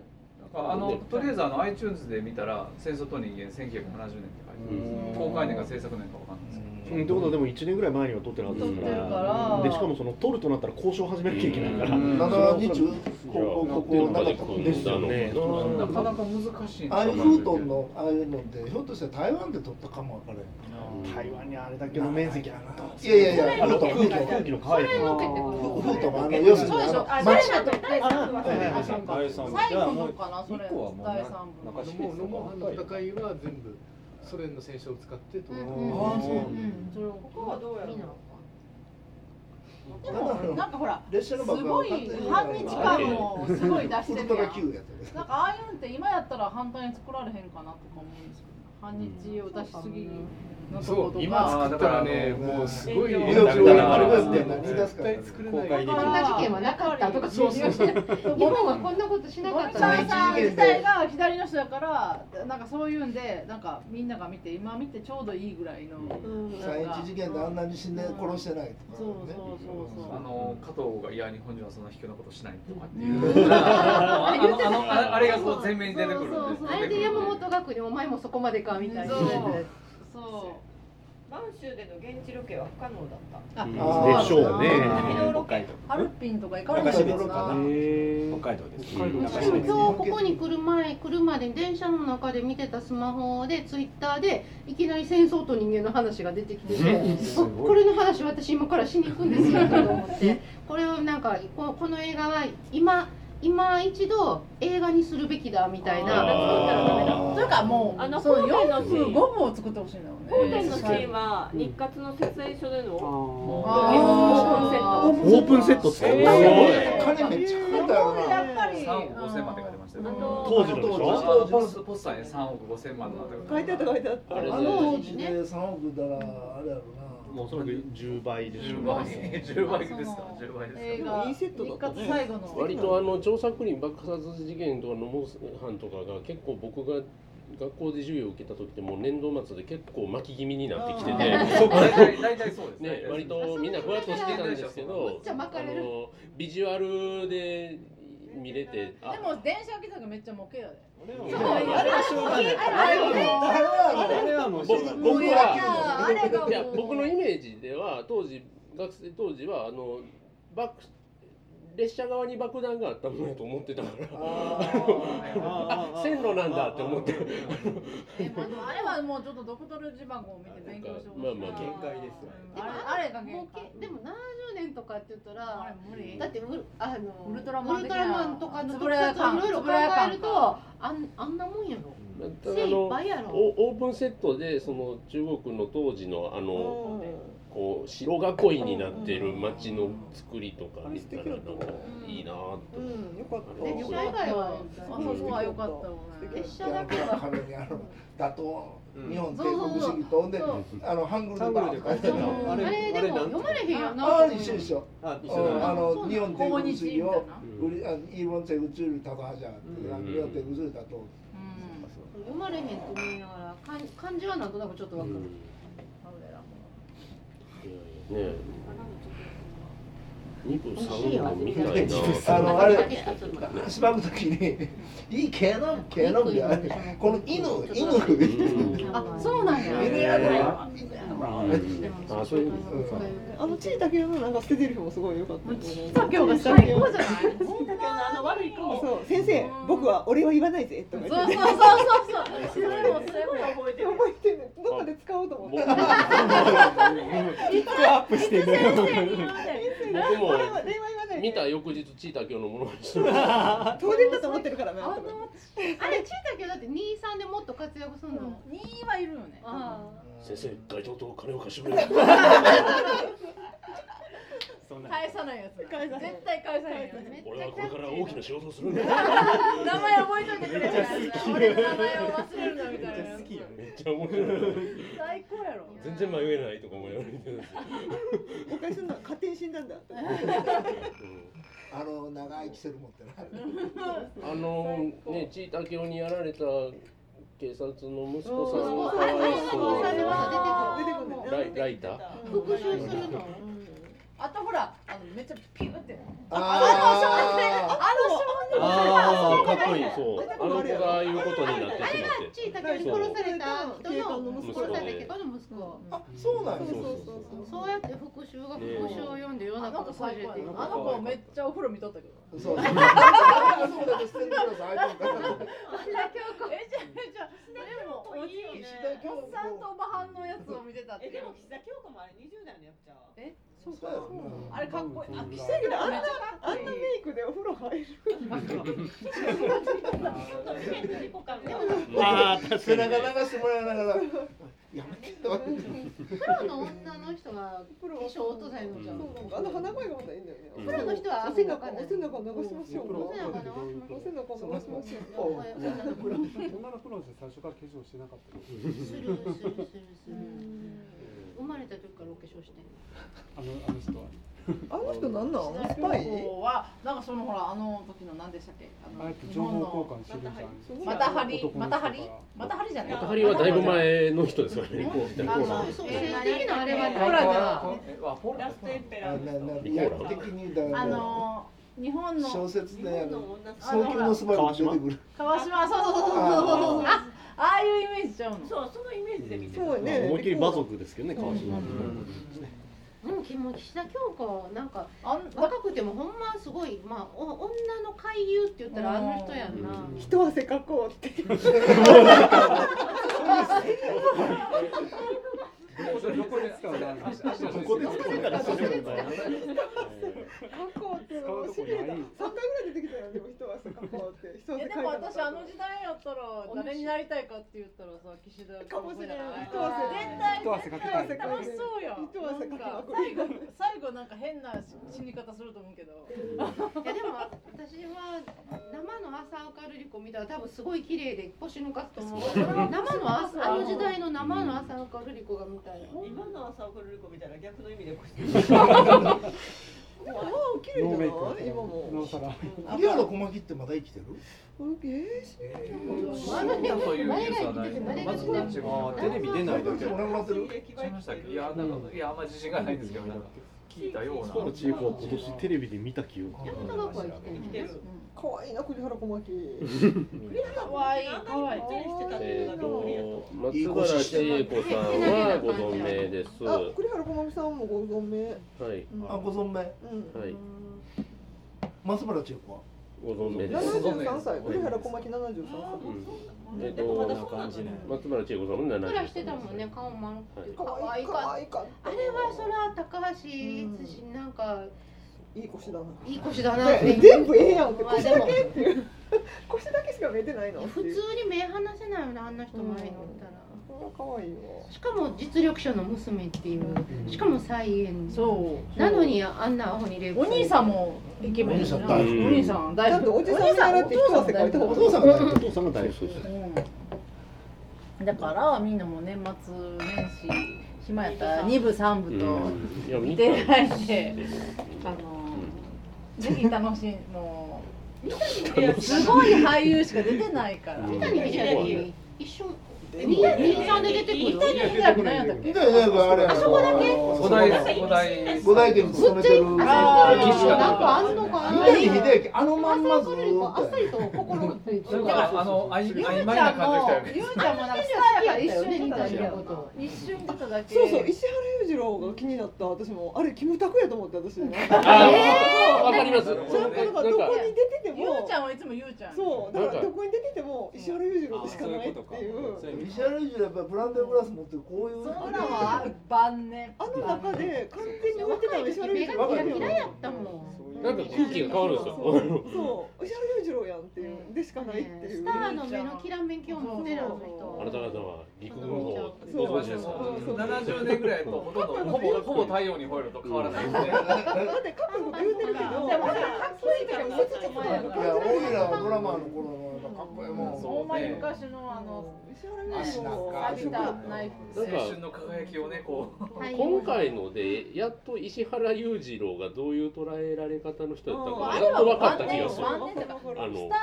S7: あのとりあえずあの iTunes で見たら「戦争と人間1970年」って書いてある公開年か制作年かわかんないですけど
S9: うんってことはでも1年ぐらい前には取ってるはずですから
S3: 取ってるから
S9: でしかもその取るとなったら交渉を始めなきゃいけないから、
S2: うん720ここここなかったこと
S9: ですよね
S2: うん
S7: なかなか難しいんだ
S2: ああいうフートンのああいうのってひょっとしたら台湾で取ったかもわからへん
S9: 台湾にあれだけの面積あると
S2: いやいやいや
S9: あの
S2: フー
S9: 空
S2: トン
S9: 気空気の乾いた
S2: フフートンあの要するにあの街
S3: 最後のかなそれ第三部
S12: ノモノモハンの戦いは全部ソ連の戦車を使ってと。
S3: うん
S2: あそう
S3: ここはどうやろうで
S2: なんだろ
S3: も
S2: う
S3: なんかほら
S2: 列車
S3: す
S2: の爆破
S3: ご
S2: を
S3: い
S2: 勝手に
S3: 半日間もすごい出してるやん
S2: ウルトラ Q やった
S3: なんかああいうのって今やったら反対に作られへんかなとか思うんですけど半日を出しすぎのとことか
S12: そう今作ったらねもうすごい
S3: 炎
S12: 炎上がある
S2: 炎上がある
S12: 絶対作れない
S4: こんな事件はなかったとか
S12: そうそうそう
S4: 日本はこんなことしなか
S3: 森
S4: ったの
S3: 川
S4: に
S3: さん自体が左の人だからなんかそういうんでなんかみんなが見て今見てちょうどいいぐらいの
S2: 三一事件であんなに死んで殺してないとかね
S7: あの加藤がいや日本人はそんな卑怯なことしないとかって
S2: う
S7: い
S2: ん
S7: う。あのあのああれがこう前面に出てくるんで
S4: そうそうそうあれで山本学にお前もそこまでかみたいな
S6: そう
S3: そう
S6: 満州での現地ロケは不可能だった
S3: あ
S6: うん
S9: でしょうね
S3: ハルピンとか行かれたのかな
S14: 北海道です。
S9: 北海道
S4: 私も今日ここに来る前来るまで電車の中で見てたスマホでツイッターでいきなり戦争と人間の話が出てきてて
S3: うん
S4: あこれの話私今からしに行くんですよと思ってこれをなんかここの映画は今今一度映画にするべきだみたいな
S3: それかもう
S6: あの
S3: その
S6: 方面のシー
S3: 45
S6: ン
S3: 部を作ってほしいんだ
S6: 当
S3: ろうね
S6: 店のシーンは日活の設営所でのオ
S9: オ
S6: ープンセット
S9: ープンセット使った
S6: えー
S2: 金めっちゃかかったよな
S6: やっぱり
S7: 3億5千万って書いてましたよ
S2: 当時のでしょ
S7: あのポスポスターに3億5千万の
S15: 書いてあった書いてあった
S7: あれで
S2: あの当時で三億だらあれやろ
S9: もうおそらく10倍でしょう
S7: 10倍10倍ですか10倍ですか
S3: 映画日活最後の
S1: 割とあの調査クリーン爆殺事件とかのモス犯とかが結構僕が学校で授業を受けた時ってもう年度末で結構巻き気味になってきてて
S7: あー
S1: そっか
S7: 大体大体そうです
S1: ね割 とみんなふわっとしてたんですけ
S4: こ
S1: ど
S4: っちは巻かれる
S1: のビジュアルで見れてあ
S3: でも電車来たがめっちゃモケやで
S1: も
S3: そう
S1: あれはしょうがない
S3: あれ
S1: あれはもう僕僕
S3: もうやだあれがも
S1: は
S3: う
S1: いや僕のイメージでは当時学生当時はあのバック列車側に爆弾があったものやと思ってたからあ線路なんだって思って
S3: で もあれはもうちょっとドクトルジバゴを見て勉強してほしい
S1: まあまあ
S3: 限界ですよ
S4: でも
S3: あれあれが限界
S4: でも70年とかって言ったら
S3: 理
S4: だってウあの
S3: ウルトラマン
S4: ウル
S3: 的
S4: ト
S3: な
S4: ラマンとかの
S3: つぶ
S4: 特
S3: らや
S4: 撮
S3: 感
S4: をいろいろ考えるとあんあんなもんやろ
S1: ただ
S4: 精
S1: あの
S4: 一杯やろ
S1: おオープンセットでその中国の当時のあのこう城囲いになってる街の作りとか見たらなんかいいなぁって
S15: うんよかっ
S4: 列車以外は
S3: あそこは良かったわね
S4: 列車
S2: な
S4: だ
S2: で
S4: け
S2: あの
S4: は
S2: 金にあの打倒日本帝国主義とほんであのハングルバーとか書いてある
S4: あれでも読まれへんやんな
S2: ああ一緒一緒。
S4: あ一緒だ
S2: うんあ
S4: そうな
S2: の
S4: の
S2: 日本帝国主義
S4: 抗日
S2: を売りあ日本帝国主義たはじゃ
S4: うん
S2: 日本帝国主義だと。
S4: 読まれへんと思いながら漢漢字はなんとなくちょっとわかる、
S1: ね二部三部見たいなぁ
S2: あのあれしばくときにいい毛の毛のみあれこの犬犬
S4: あそうなんや
S2: 犬やだよ。
S1: あそういう
S15: あのちいたけのなんか捨て台詞もすごい良かった。ちいた。
S3: けが 最高じゃない
S6: あの悪い顔
S15: そう先生、僕は俺は言わないぜとか
S3: そう
S15: 言っ
S3: そ
S15: て。
S3: うそうそうそうそれもそれも覚えてる
S15: 覚えてる。どっかで使おうと思って。
S1: ピ
S15: ックアップしてる。
S1: 僕も
S15: 俺は令和言わない
S1: 見
S15: で。
S1: た翌日チーター今日のものにして
S15: 当然だと思ってるからな。
S4: あれちいたけどだって二三でもっと活躍するの
S3: 二はいるよね
S1: 先生街頭と金を貸してくれ
S3: 返さないやつだ絶対返さないやつ
S1: 俺はこれから大きな仕事をするんだ
S3: 名前覚えといてくれみたいな俺の名前を忘れるなみたいな
S1: めっちゃ面白い
S3: 最高やろ
S1: 全然迷えないとか思いながら見てるんですよ
S15: おかしな勝手に死んだんだ。
S2: あの長いキセル持ってな。
S1: あのねちいたけおにやられた警察の息子さん
S4: そう
S1: の
S4: そうあれ最初のお金は出てくる
S1: ライライター
S4: 復讐するの
S3: あとほらあのめっちゃピュって
S1: あ
S3: あの少年
S1: あーかっこいい
S3: あ
S1: そうあの
S3: の
S1: 子
S3: 少年
S1: がああいうことになってしまっ
S4: あれが
S1: て
S4: ちいたけに殺された人
S12: 警
S4: の
S12: 官の息子
S4: 殺されたけどの息子
S2: あそうなん
S12: や
S4: そうそうそうそうやって復讐が復讐を読んで世の中が崩れていく
S3: あの子めっちゃお風呂見とったけど
S2: そうそうだけステンドラスアイドルから
S3: えじゃあじゃあでもおじいおっさんとおばはんのやつを見てたって
S6: えでも岸田京子もあれ20代のやっちゃう
S3: え
S2: そうかそうなの
S3: あれかっこいいあ岸
S12: だ
S3: 田京
S12: けど
S3: 子
S12: あん
S3: め
S12: な
S3: っちゃか
S12: あ
S3: っ
S12: ん
S3: こ
S12: ない
S3: い
S12: メイクでお風呂入る。
S2: ああ背中流してもらいながらやめてと
S4: プロの女の人が化粧落とされるのじゃん
S12: あの鼻声がまたいいんだよね。
S4: プロの人は
S12: お背中お背中流しましょう。
S4: お背中流しましょう
S12: お背中流しましょう。
S16: 女のプロで最初から化粧してなかった。
S4: するするするする生まれた時からお化粧してんの
S16: あのあの人は。
S12: あの人なんなん
S3: スパイはなんかそのほらあの時の何でしたっけあ
S16: あ
S3: の
S16: えて情報交換してるじゃん。
S3: またハリまたハリまたハリじゃない
S1: またハリはだいぶ前の人ですからね。
S3: あのそう政治的なあれは
S1: ほ
S3: ほ
S1: らじゃ
S3: らじゃ
S6: ラストエンペラー
S2: ななリアル的にだから
S3: あの日本の
S2: 小説であ
S6: 日本
S2: の
S6: の女の子
S2: 早急のスバルが出てくる
S3: 川島そうそうそうそうそうあああいうイメージちゃうの
S6: そうそのイメージで見て
S12: そうよね。
S9: 思いっきり馬族ですけどね、川島
S4: うんでもも岸田京子なんか若くてもほんますごいまあお女の俳優って言ったらあの人やんな
S12: 一汗かこ うって。
S7: どこで使うの
S9: どこで使うからそれみたいな
S12: 観光っていうのもシリーズ三回ぐらい出てきたよでも人はさ観光って人
S3: いやでも私あの時代やったら誰になりたいかって言ったらさ岸田
S12: かもしれない
S3: 絶対
S16: 一汗か
S3: 絶
S16: けたい
S3: 対楽しそうやん
S12: 一汗かけまく
S3: なんか最後最後なんか変な死に方すると思うけど
S4: いやでも私は生の朝岡瑠璃子見たら多分すごい綺麗で腰抜かすと思う生の朝あの時代の生の朝岡瑠璃子が見たい
S6: 今の朝送る子みたいな逆の意味でこう
S12: でももう綺麗じゃない今も
S16: ノーサラ。
S2: リアル小牧ってまだ生きてる
S12: え
S7: というニュースはないですけど。松村ち
S17: あ
S7: も
S17: ーテレビ出ないだけ。
S2: 俺もらってる
S7: いやなんかいやあんま自信がないんですけどなんか聞いたような。
S9: この千恵子は今年テレビで見た記憶が
S4: 山田学は生きてる
S6: 生きてる
S12: 可愛いな栗原小牧。
S3: 可愛い可愛い
S6: してたってい
S1: え
S6: う
S1: っ
S6: のが無理や
S1: と松原千恵子さんはご存命です。
S12: あ
S1: は
S12: 栗原小牧さんもご存命。
S1: い
S2: あご存命
S12: うん。
S1: はい
S2: 松原千恵子は
S1: ご存命で
S12: 七
S1: す。
S12: 十三歳栗原小牧七十三
S1: うんえっ
S6: こんな
S1: と
S6: 感じね
S1: 松原千恵子さんも七
S4: ふっくらしてたもんね顔丸くて
S12: 歳。可愛
S4: 可愛
S12: い
S4: いか
S12: 可
S4: っ
S12: 愛かった
S4: あれはそら高橋律しなんか
S12: いい腰だな。
S4: いい腰だなって
S12: ね全部ええやんって
S4: まあ
S12: 腰
S4: で
S12: だ
S4: も
S12: けっていう腰だけしか見えてないの
S4: 普通に目離せないよねあんな人前におったら。
S12: これは可愛いわ
S4: しかも実力者の娘っていう、しかも再演
S3: そう
S4: なのにあんなアホにレイプ
S3: お兄さん
S4: も
S3: もイケメンやな
S1: お
S3: お
S1: 兄
S3: 兄
S1: さ
S3: さ
S1: ん
S3: ん大
S12: ちゃんとおじさんに習って
S3: お父さん
S12: 一汗かいた方が
S2: お父さんが
S9: お父さんが大好きです
S3: うんだからみんなも年末年始暇やったら2部3部と
S1: いや見
S3: 見
S1: た
S3: て
S1: ん
S3: いただいて
S1: ですよ
S3: あのぜひ楽しいもう
S1: 楽しい
S3: すごい俳優しか出てないから
S1: うん
S3: 三
S4: 三谷美紀に一瞬
S12: で
S4: 三谷美紀さんで出てくる
S3: 谷美紀何やったっけ
S2: みたいなあれあそこだけ
S7: 五代五代。
S2: 五大家に勤めてる三
S4: なんかあんのかな
S2: 谷秀明あのまんま
S4: 朝
S2: ず
S4: 来る
S2: ー
S4: 子あ
S2: っ
S4: っさ
S2: と
S4: りと心がついて
S7: な
S4: る
S7: ん
S4: だから
S7: かあのあい
S3: ゆうちゃ
S7: 曖
S3: ん
S7: 昧
S3: も
S7: な感じでしたよね。
S3: ゆうちゃんもなんかスターやから一
S4: 一緒
S3: 瞬
S4: に
S3: 出
S4: 見
S3: た
S4: た
S3: だけや
S4: よ
S3: もん
S4: こと
S3: 一瞬出ただけ
S12: そうそう石原裕次郎が気になった私もあれキムタクやと思って私なんか
S1: あーわかります。
S12: そうなんかだからどこに出てて
S3: ゆう
S12: も
S3: ちゃんはいつもゆうちゃん
S12: そうだからどこに出てても石原裕次郎でしかないっていう
S2: ミシャルジュやっぱブランデーブラス持ってるこういう
S3: そんなんは晩年
S12: あの中で完全に置いてたの石原
S4: 目
S12: 裕次郎
S4: がキラキラや
S12: そ
S4: ったもん
S1: なんか空気が変わるんですよ。
S12: うそう石原裕次郎やんっていうでしかないって
S4: ね
S12: い
S4: ス
S12: う
S4: ターの目のきらめきを持ってるあの人
S1: あなた方は陸軍の
S12: そう
S1: ご存知ですか。
S7: 70年ぐらいとほとんどほぼほぼ太陽に吠えると変わらないですね。
S12: だって過去のこと言うてるけど
S3: でもかっこいいから
S12: 切実なのが
S2: いやオイラはドラマーの頃のなんかかっこいいもん
S7: そう
S3: ほんまに昔のあの
S12: 石原裕次郎
S3: 浴びたナイ
S7: 青春の輝きをねこう。
S4: はい
S1: 今回のでやっと石原裕次郎がどういう捉えられ方の人だった
S3: フ
S1: か
S3: あ
S1: や
S3: れ
S1: っと
S3: は
S1: 分かっ
S3: 晩
S1: た気
S3: 年
S1: がする。
S3: 晩年だから
S1: あの
S3: スタ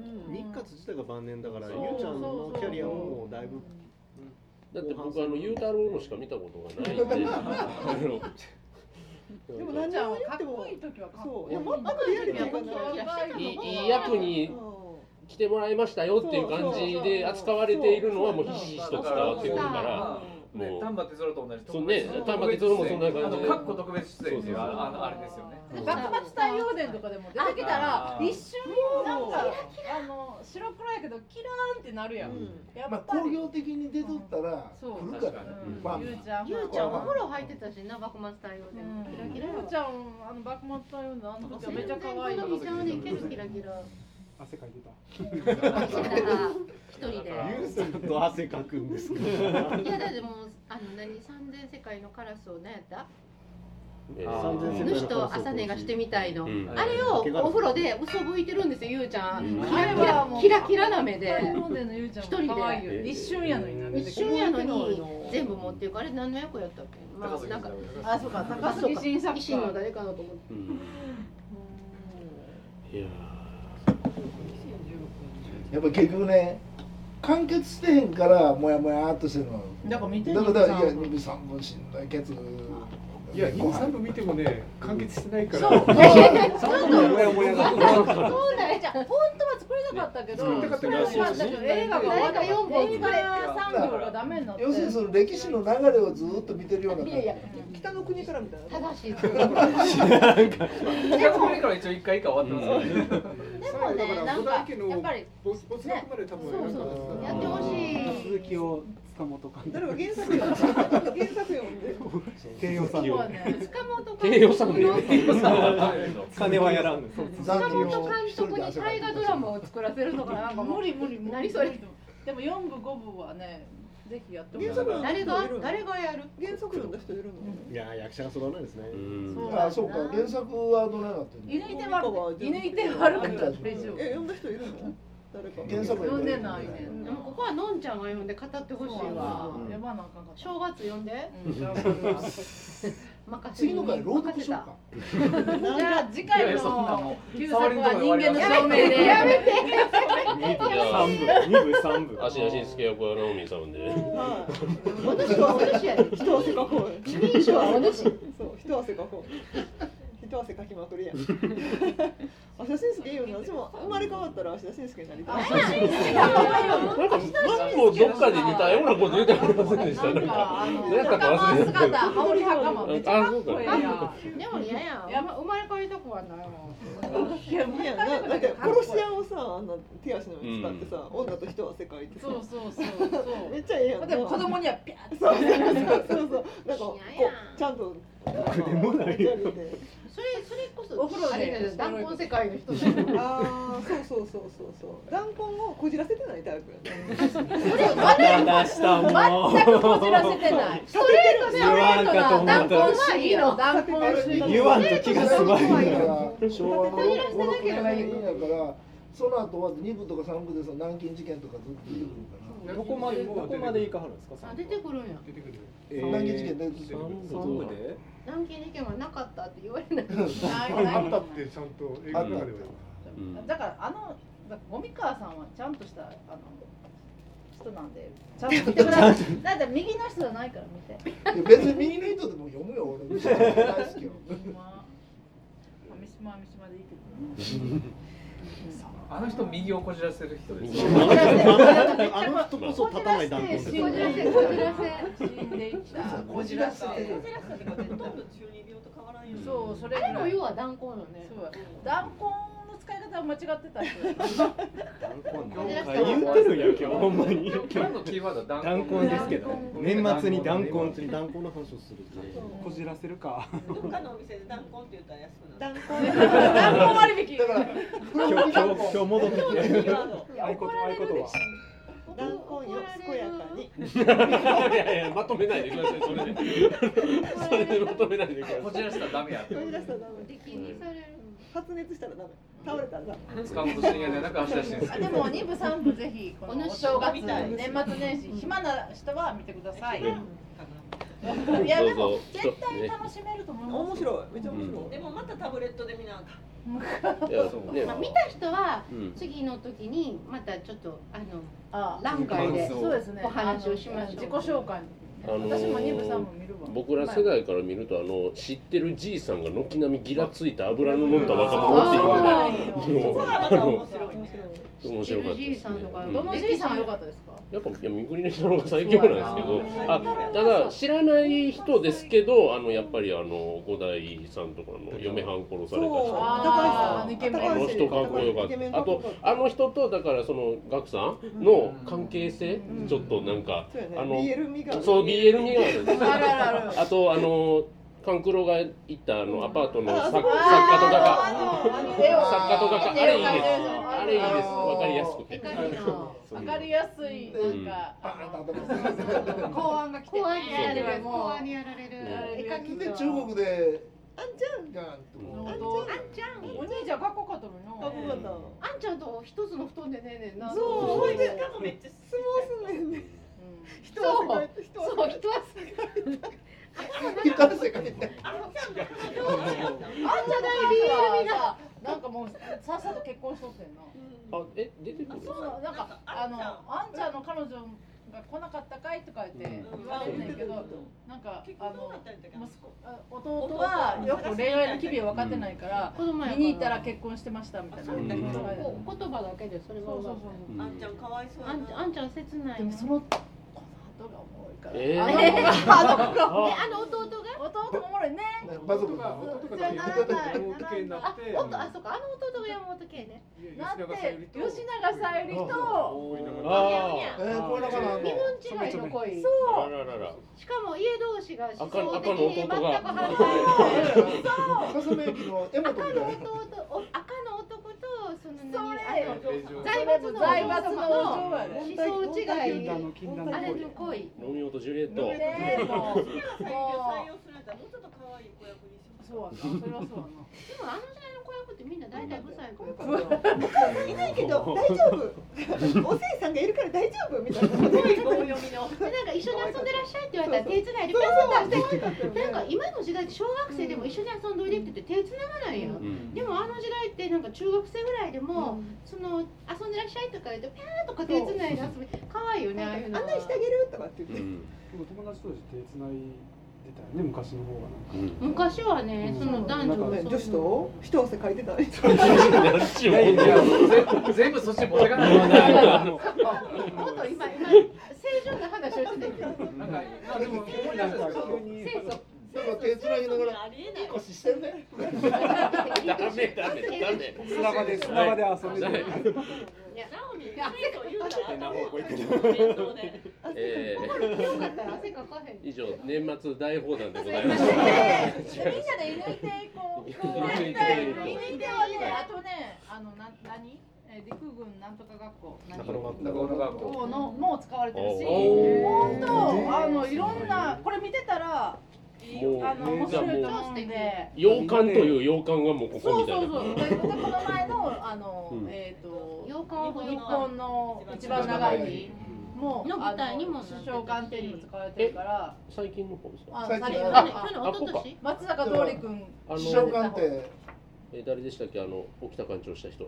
S3: ー
S9: 日活自体が晩年だから、
S1: そ
S9: ゆ
S1: う
S9: うちゃんのキャリアももうだいぶ
S1: だって僕あの雄太郎のしか見たことがないんで。あの
S12: でも
S3: ゆ
S12: 何
S3: うちゃん
S12: 年も
S3: は
S12: 言
S3: か
S12: っ
S3: ってこ
S12: も
S3: いい時はかっこ
S12: そ
S3: いう
S12: いや
S3: い
S12: 全くリアリティがない
S1: いいい役に
S12: うん
S1: 来てもらいましたよっていう感じで扱われているのはもうひしひしと伝わってくるから。
S7: ね、丹波哲郎と同じ
S1: そうね丹波哲郎もそんな感じ
S7: あのかっこ特別出演っていうあのあのあれですよね
S3: 幕末大陽伝とかでも出てきたら
S7: あ
S3: 一瞬なんかあの白黒やけどキラーンってなるやん、や
S2: まあ
S3: っぱ
S2: 工
S3: り、
S2: 業的に出とったら来るからね
S3: うん
S2: まあ
S3: ゆうちゃん
S4: ゆうちゃんお風呂入ってたしな幕末太陽でもキラキラ
S3: ゆうちゃんあの幕末大陽伝あの時はめっちゃ可愛い
S4: 全然好みちゃうねんけどキラキラ
S12: 汗かいてた
S4: 一人で
S9: ゆうさんと汗かくんですか
S4: いやだってもうあの何三千世界のカラスを何やった
S9: えー三千世界
S4: 主
S9: のカラスを
S4: と朝寝がしてみたいの、
S9: うん
S4: あれをお風呂で嘘吹いてるんですよゆうちゃん、
S3: うん
S4: キラキラキラキラな目で
S3: 日本でのゆうちゃん
S4: 一人
S3: も可愛いよ
S4: で
S3: 一瞬やのにな
S4: 一瞬やのに全部持っていくあれ何の役やったっけまあなんか
S3: あそうか高杉晋作か
S4: 維新の誰かなと思って
S1: い や
S2: やっぱ結局ね完結してへんからモヤモヤーっとしてるの
S3: だから見て
S2: だ
S3: る
S2: からだからいや2分3分しんどいケツい
S18: いや、二三部見てもね、完結してないから。
S2: そう
S18: 三部もやもやが。
S3: そうだよじゃあ本当は作りたかったけど、
S18: 作りたかったけど
S3: 作りたかったけど映画が終わった
S4: 映画四本
S3: 映画3本がダメになって
S2: 要するにその歴史の流れをずっと見てるような感じ
S6: 北の国からみたいな
S4: 正しい
S7: 北の国から一応一回一回終わってますよね
S4: でもね
S18: だから
S4: なん
S18: 織
S4: か
S18: 田
S4: や
S18: 家の
S4: っぱり
S18: 没没落まで多分
S4: そうそうそうやってほしい
S12: 続きを塚本監督
S6: 誰か原作読んで原作読んで
S12: 慶応さん
S4: 塚本
S1: 低予算で
S12: 金はやらん
S4: 塚本監督に大河ドラマを作らせるのかななんかもう
S3: 無理無理無理
S4: 何それ
S3: でも4部5部はねぜひやってほしい
S6: 原作
S4: 誰が誰がやる
S6: 原作読んだ人いるの
S9: いや役者が揃わないですね
S2: あそうか原作はどないなってんの
S3: 犬いて悪く犬いて悪くなって
S6: え読んだ人いるの誰か
S2: 原作
S3: 読んでないね
S4: でもここはのんちゃんが読んで語ってほしいわ
S3: やばなあかんかった
S4: 正月読んで
S3: うんじゃあ任
S4: 任せ
S2: 次
S4: に
S2: の回朗
S4: 任
S2: 読
S4: せ
S2: しよ
S4: た
S2: うか
S3: せじゃあ次
S7: いやい
S3: 回
S7: やそんな
S3: の
S7: もう
S3: 旧作は人間の証明で
S4: やめて
S1: 三
S12: 部二部三部
S1: 足なし付け役はナオミンさんで
S4: お主はお主やで
S6: 人汗かこう
S4: 人称はお主
S6: そう人汗かこう人汗かきまくりやん芦田伸介いいよね私も生まれ変わったら芦田伸介になりたい
S1: なんか前もどっかで似たようなこと言ってありませんでしたなんか何やったか忘れて
S3: 姿羽織袴めっちゃか
S1: あそ
S3: っ
S1: うか
S3: こええやん
S4: でも嫌やんや生まれ変わりたくはないも
S6: いやいやなだって殺し屋をさあんな手足の上使ってさ、女と人汗かいてさ
S3: そうそうそうそう
S6: めっちゃええやんな
S3: でも子供にはピャッ
S6: そうそうそうそうそうなんかこうちゃんと
S9: 僕でもない
S6: やるんで
S4: んそれそれこそ
S3: お風呂で
S4: あれだよ断根世界の人
S6: ああそうそうそうそうそう弾痕をこじらせてないタイプやね
S12: 出したもう
S3: 全くこじらせてない
S6: ストレート
S12: 言わんかと思
S3: 断
S12: っ
S3: 根
S12: た
S3: 主義の断根主義
S12: 言わんと気が済
S2: 怖
S12: まん
S2: いか
S12: よ
S2: ら昭和の5、6年やからその後は2部とか3部でその南京事件とかずっと出てくるから
S12: どこまでどこまで行かはるんですか
S4: あ出てくるんや
S18: 出てくる。
S2: 南京事件出てくる
S12: 三部で
S4: 南京事件はなかったって言われない
S3: ないない
S18: あったってちゃんと映画の中では。
S1: うん
S3: だからあのだからゴミ川さんはちゃんとしたあの人なんでちゃんと見てくださいだって右の人じゃないから見て
S2: いや別に右の人でも読むよ俺大好きよ
S3: ほんま三島は三島でいいけど
S7: あの人右をこじらせる人ですよ
S9: あの人こそ立たない断根
S4: こじらせこじらせ
S3: 死んでいった
S2: こじらせて
S19: テラスとかほとんど中二病と変わらんよね。
S3: そうそれ
S4: あ
S3: ぐ
S4: れ
S3: ら
S4: も
S3: い
S4: 要は断根よね
S3: そう弾痕の使い方を間違ってた人やから
S12: 言ってるやん今日ほんまに
S7: 今日のキーワードは
S12: 断根ですけどね年末に断根
S9: 本当に断根の話をする
S12: こじらせるか
S19: どっかのお店で弾痕って言ったら安くな
S6: 弾
S19: る。
S6: 痕
S3: 弾痕割引
S2: だから
S12: 今日今日今日戻ってきて
S3: や
S12: あいことあいことは
S6: 弾痕よ健やかに
S1: いやいやまとめないでくださいそれでそれでまとめないでください
S7: こじらせたらダメや
S6: こじらせたらダメ
S4: 敵にされる
S6: 発熱したらダメ倒れたらダメ
S7: 塚本信也ではなく芦田信介
S3: でも二部三部ぜひこのお正月
S4: お正月
S3: 年末年始暇な人は見てください。
S1: う
S3: いやでも絶対楽しめると思います。
S6: 面白いめっちゃ面白い、
S19: でもまたタブレットで見なあかん。
S1: いやそうね
S4: まあ見た人は
S1: うん
S4: 次の時にまたちょっとあの
S3: あ
S4: 欄外で
S3: そうですね。
S4: お話をしまし
S3: あの
S4: ょう
S3: 自己紹介。
S1: あのー
S3: 私も二部三部見るわ。
S1: 僕ら世代から見るとあの知ってるじいさんが軒並みギラついた油の乗った若者っていうの
S3: は
S1: が
S3: い
S1: もう
S19: そこがまた面白いね。
S1: 面白かったです、ね。
S4: さんとか、
S3: どのじいさんが良かったですか。
S1: やっぱいやみくりの人の方が最強なんですけど、あただ知らない人ですけど、あのやっぱりあの五代さんとかの嫁はん殺された人、
S3: ああ、抜け目。
S1: あの人かっこよかった。あとあの人とだからそのガクさんの関係性、ちょっとなんか、あの
S6: BL 味がある
S1: そう BL 味があるんです
S3: あるあるある
S1: あとあの勘九郎が行ったあのアパートの作作家とか
S3: あの
S1: が
S3: 絵を
S1: 作家とかがあれいいですあれいいですわかりやすくて
S3: わかりやすい、なんか、あの公安が来て、
S4: 公安にやられる、公
S3: もう
S4: 安にやられる。
S3: 絵描き
S2: で
S3: が
S2: 中国で
S6: あんちゃん
S2: ガン
S3: あん
S2: と
S3: ちゃん、お兄ちゃんかっこよかったのにな
S6: かっこよかった
S4: あんちゃんと一つの布団で寝んねんな。
S6: そう
S4: そう
S6: ほいで
S20: かもめっちゃ
S6: 相撲すんねんね
S3: う
S6: 人は世界人は世
S4: そう
S6: 界
S4: 人はすごい。
S2: 人の世界で
S3: んあんちゃんだけはさ、なんかもうさっさと結婚しとってんの。
S1: あえ出てくる
S3: そうなのなんかあのあんちゃんの彼女が来なかったかいとか言って言われるんだけど、なんか
S20: 結
S3: あ
S20: 構どう
S3: の
S20: なったんだっけ
S3: 息子あ弟はよく恋愛の機微を分かってないから、
S4: 子供やから
S3: 見に行ったら結婚してましたみたいな。
S1: うん
S4: こう言葉だけでそれが
S3: そうそう
S4: 分か
S3: そ
S4: る
S3: う。
S20: あんちゃんかわいそう
S4: あんあんちゃん切ない
S3: で
S4: な。
S3: も
S4: で
S3: そのこの後が重いから。
S1: えー
S3: あ の子
S4: あの弟が。
S3: 弟もおもろいね。
S2: バズ
S12: とか
S2: コ
S12: とか山本系にな
S4: あ
S12: って、
S4: おっとあそうかあの弟が山本圭ね。
S3: だっ
S12: 吉
S3: て
S12: 永小百合と
S3: 吉永小百合と
S4: うに
S1: あ
S4: ゃうに
S2: え
S4: ゃ。
S2: ー、これだからあ
S4: 身
S2: の
S4: 分違いの恋。
S1: あららら
S4: しかも家同士が思
S1: 赤の
S4: 想的
S1: 赤の
S4: に
S1: 弟
S4: 全く反
S1: が
S4: 対。
S2: 笹目駅の江本み
S4: 赤
S2: たい
S4: の
S2: な
S4: 弟お赤の男とその何
S3: そ
S4: あの財
S3: 財閥
S4: 閥の
S3: の
S4: 財
S3: 財
S4: 閥
S3: 閥の
S4: の
S3: 王
S4: 思
S3: 女やで。
S4: 想違い
S12: 禁断の禁断の
S4: あれ
S12: 恋
S4: の恋
S1: ロミオとジュリエット
S3: ねえもう
S20: 採用採用するんだったらもうちょっと可愛い子役にします
S3: そうやなそれはそうやな。
S4: でもあの時代の子役ってみんな大体5歳か
S6: いないけど大丈夫おせいさんがいるから大丈夫みたいな
S20: すごい棒読みの
S4: らなんか一緒に遊んでらっしゃいって言われたら手つないでピャンとしてなんか今の時代って小学生でも一緒に遊んどいでって言って手つながないやん
S1: うん
S4: でもあの時代ってなんか中学生ぐらいでも、その遊んでらっしゃいとか言ってピャーとか手つないで遊び可愛いよねああいうの
S6: 案内してあげるとかって言っ
S1: う
S6: て
S1: ん
S12: 友達同士手繋いでたよね昔の方が
S1: うん
S4: 昔はね、その男女
S6: なんかね
S4: そう
S6: 女子と一汗かいてたり
S1: なんちゅうもん
S7: い
S1: だ
S7: や
S1: よ
S7: 全部全部そっちに持ってかないとな
S4: もっと今今正常な話をしてたけど
S7: なんか今でも思い出したんですけど
S4: 清楚
S2: なんか手つなぎながら
S20: ありえない
S2: いい腰してるね
S1: ダメダメダメ
S12: 砂場で砂場で遊んでたよ
S20: ナオミ清楚言うたら あかんわ
S1: え
S4: よかったら汗かかへん
S1: ー以上年末大放談でございます
S3: みんなで犬いてこう。犬
S1: 抜い
S3: いてはね、あとね、あのな何？えー陸軍なんとか学校。何
S21: 中野学校
S2: 中野学校
S3: こうのもう使われてるし、
S1: お
S3: 本当あのいろんなこれ見てたらいい
S1: もう
S3: あの面
S1: じゃあ
S3: 白いと
S1: もう
S3: 思うんで。
S1: 洋館という洋館がもうここ
S3: そう
S1: みたい
S3: そう
S1: な
S3: そう。ででこの前のあの
S1: うん
S3: えっと
S4: 洋館はほ
S3: 日
S4: どか
S3: 本の一番長いもう
S4: の舞台にも
S3: あ
S4: な
S3: の
S4: ってるし
S3: 首相官邸にも使われてるから、
S1: 最近の方ですか
S3: あ
S2: 最近
S3: さっきの
S4: 去
S2: あ
S1: あ
S4: 年去年一昨
S1: こっか
S4: 年
S3: 松坂桃李君
S1: あ
S2: 首相
S1: の
S2: 官邸
S1: えー誰でしたっけあの沖田館長した人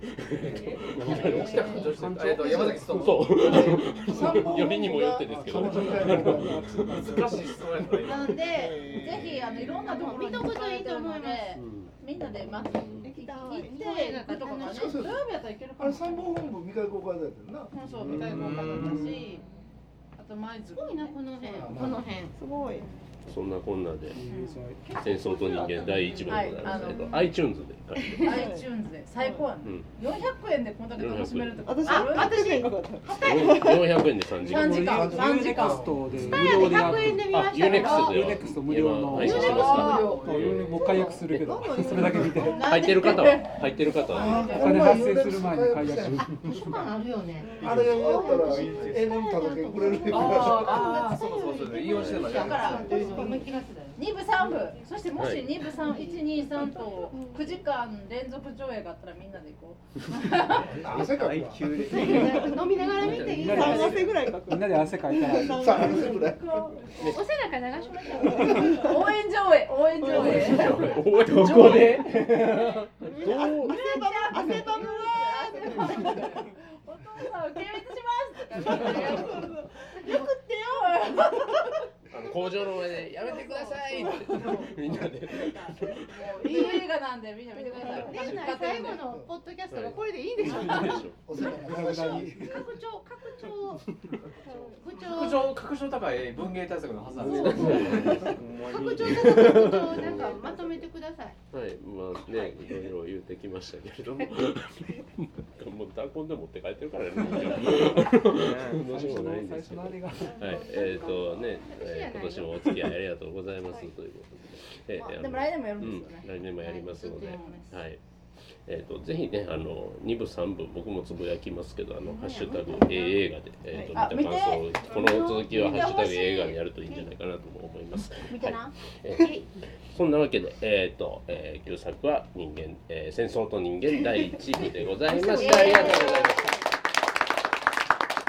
S7: 来た女子とえっと山崎さんも
S1: そう
S2: 三本
S1: よりにもよってですけど
S2: 彼女みたいなのが
S7: 難しい質問やった今
S3: なんでぜひあのいろんなところに
S4: 見とくといいと思います
S3: みんなでまず行って行くとかね土曜日やったら行けるか
S2: あれ
S3: も
S2: 三本本部未開公開だったよな
S3: 本そうみたいな感じだしあと舞
S4: す
S3: 鶴
S4: ごいなこの辺この辺
S6: すごい
S1: そんなこんなで戦争と人間第1部でございます、
S3: はいあの
S1: えっと iTunes で書いて
S3: iTunes で最高やね
S1: うん
S3: 400円でこんだけ楽しめるとか
S6: 私
S3: あ私
S6: 400円かか った
S1: 400円で3時間
S3: 三時間三時間
S12: ストで
S4: ス
S12: 無
S4: タヤで
S12: 料でやっ
S4: 100円で
S12: て
S4: 見ま
S1: あ
S4: し
S1: ユ
S4: た
S1: ーネクス
S4: けど
S1: で
S12: ユーネクスト無料の
S1: 今配信してますから
S12: もう解約するけどそれだけ見て
S1: 入ってる方は入ってる方は
S12: お金発生する前に解約する
S4: 図書館あるよね
S2: あれやった ら永年届けてくれるよ
S7: ああそうそうそうそう引用してました
S3: だ
S7: ね
S3: から
S4: 思い切らせたよ
S3: 2部3部そしてもし
S1: はい
S3: 2部3123と9時間連続上映があったらみんなで行こ
S2: 汗かくわ
S4: 飲みながら見ていいか
S6: 3
S4: ら
S6: 汗ぐらいかく
S12: みんなで汗かいたら
S2: さあ汗ぐらい
S4: お背中流しましょう
S3: う応援上映応援上映
S1: どこで
S6: 汗ばむわ
S3: お父さんを軽蔑しますとか言ってやってよ
S1: あの工場の前でやめてくださいってみんなで
S3: いい映画なんでみんな見てください。
S4: 年内最後のポッドキャストがこれでいいんでしょ うか。
S1: い
S4: 拡張拡張拡
S7: 拡
S4: 張
S7: 張拡張高い文芸対策のはずなんです
S4: そう
S7: け
S4: 拡張拡張拡張なんかまとめてください。
S1: はい、まあね、いろいろ言ってきましたけれども、なんかもうダコンで持って帰ってるからね。どうしようもないんですけど。はい、えっ、とね、えー今年もお付き合いありがとうございますということで。えー
S3: まあ
S1: あの
S3: でも来年もやるんですよね
S1: う来年もやりますので、
S3: は
S1: はいい
S3: ずっとやりま。
S1: えー、とぜひね、あの2部、3部、僕もつぶやきますけど、あのハッシュタグ A 映画で、えー
S3: あ
S1: と見た感想を
S3: 見て、
S1: この続きはハッシュタグ A 映画にやるといいんじゃないかなとも思います。
S4: 見てな。
S1: えーそんなわけで、えっ、と、えー、旧作は人間、えー戦争と人間第一部でございました。ありがとうございます。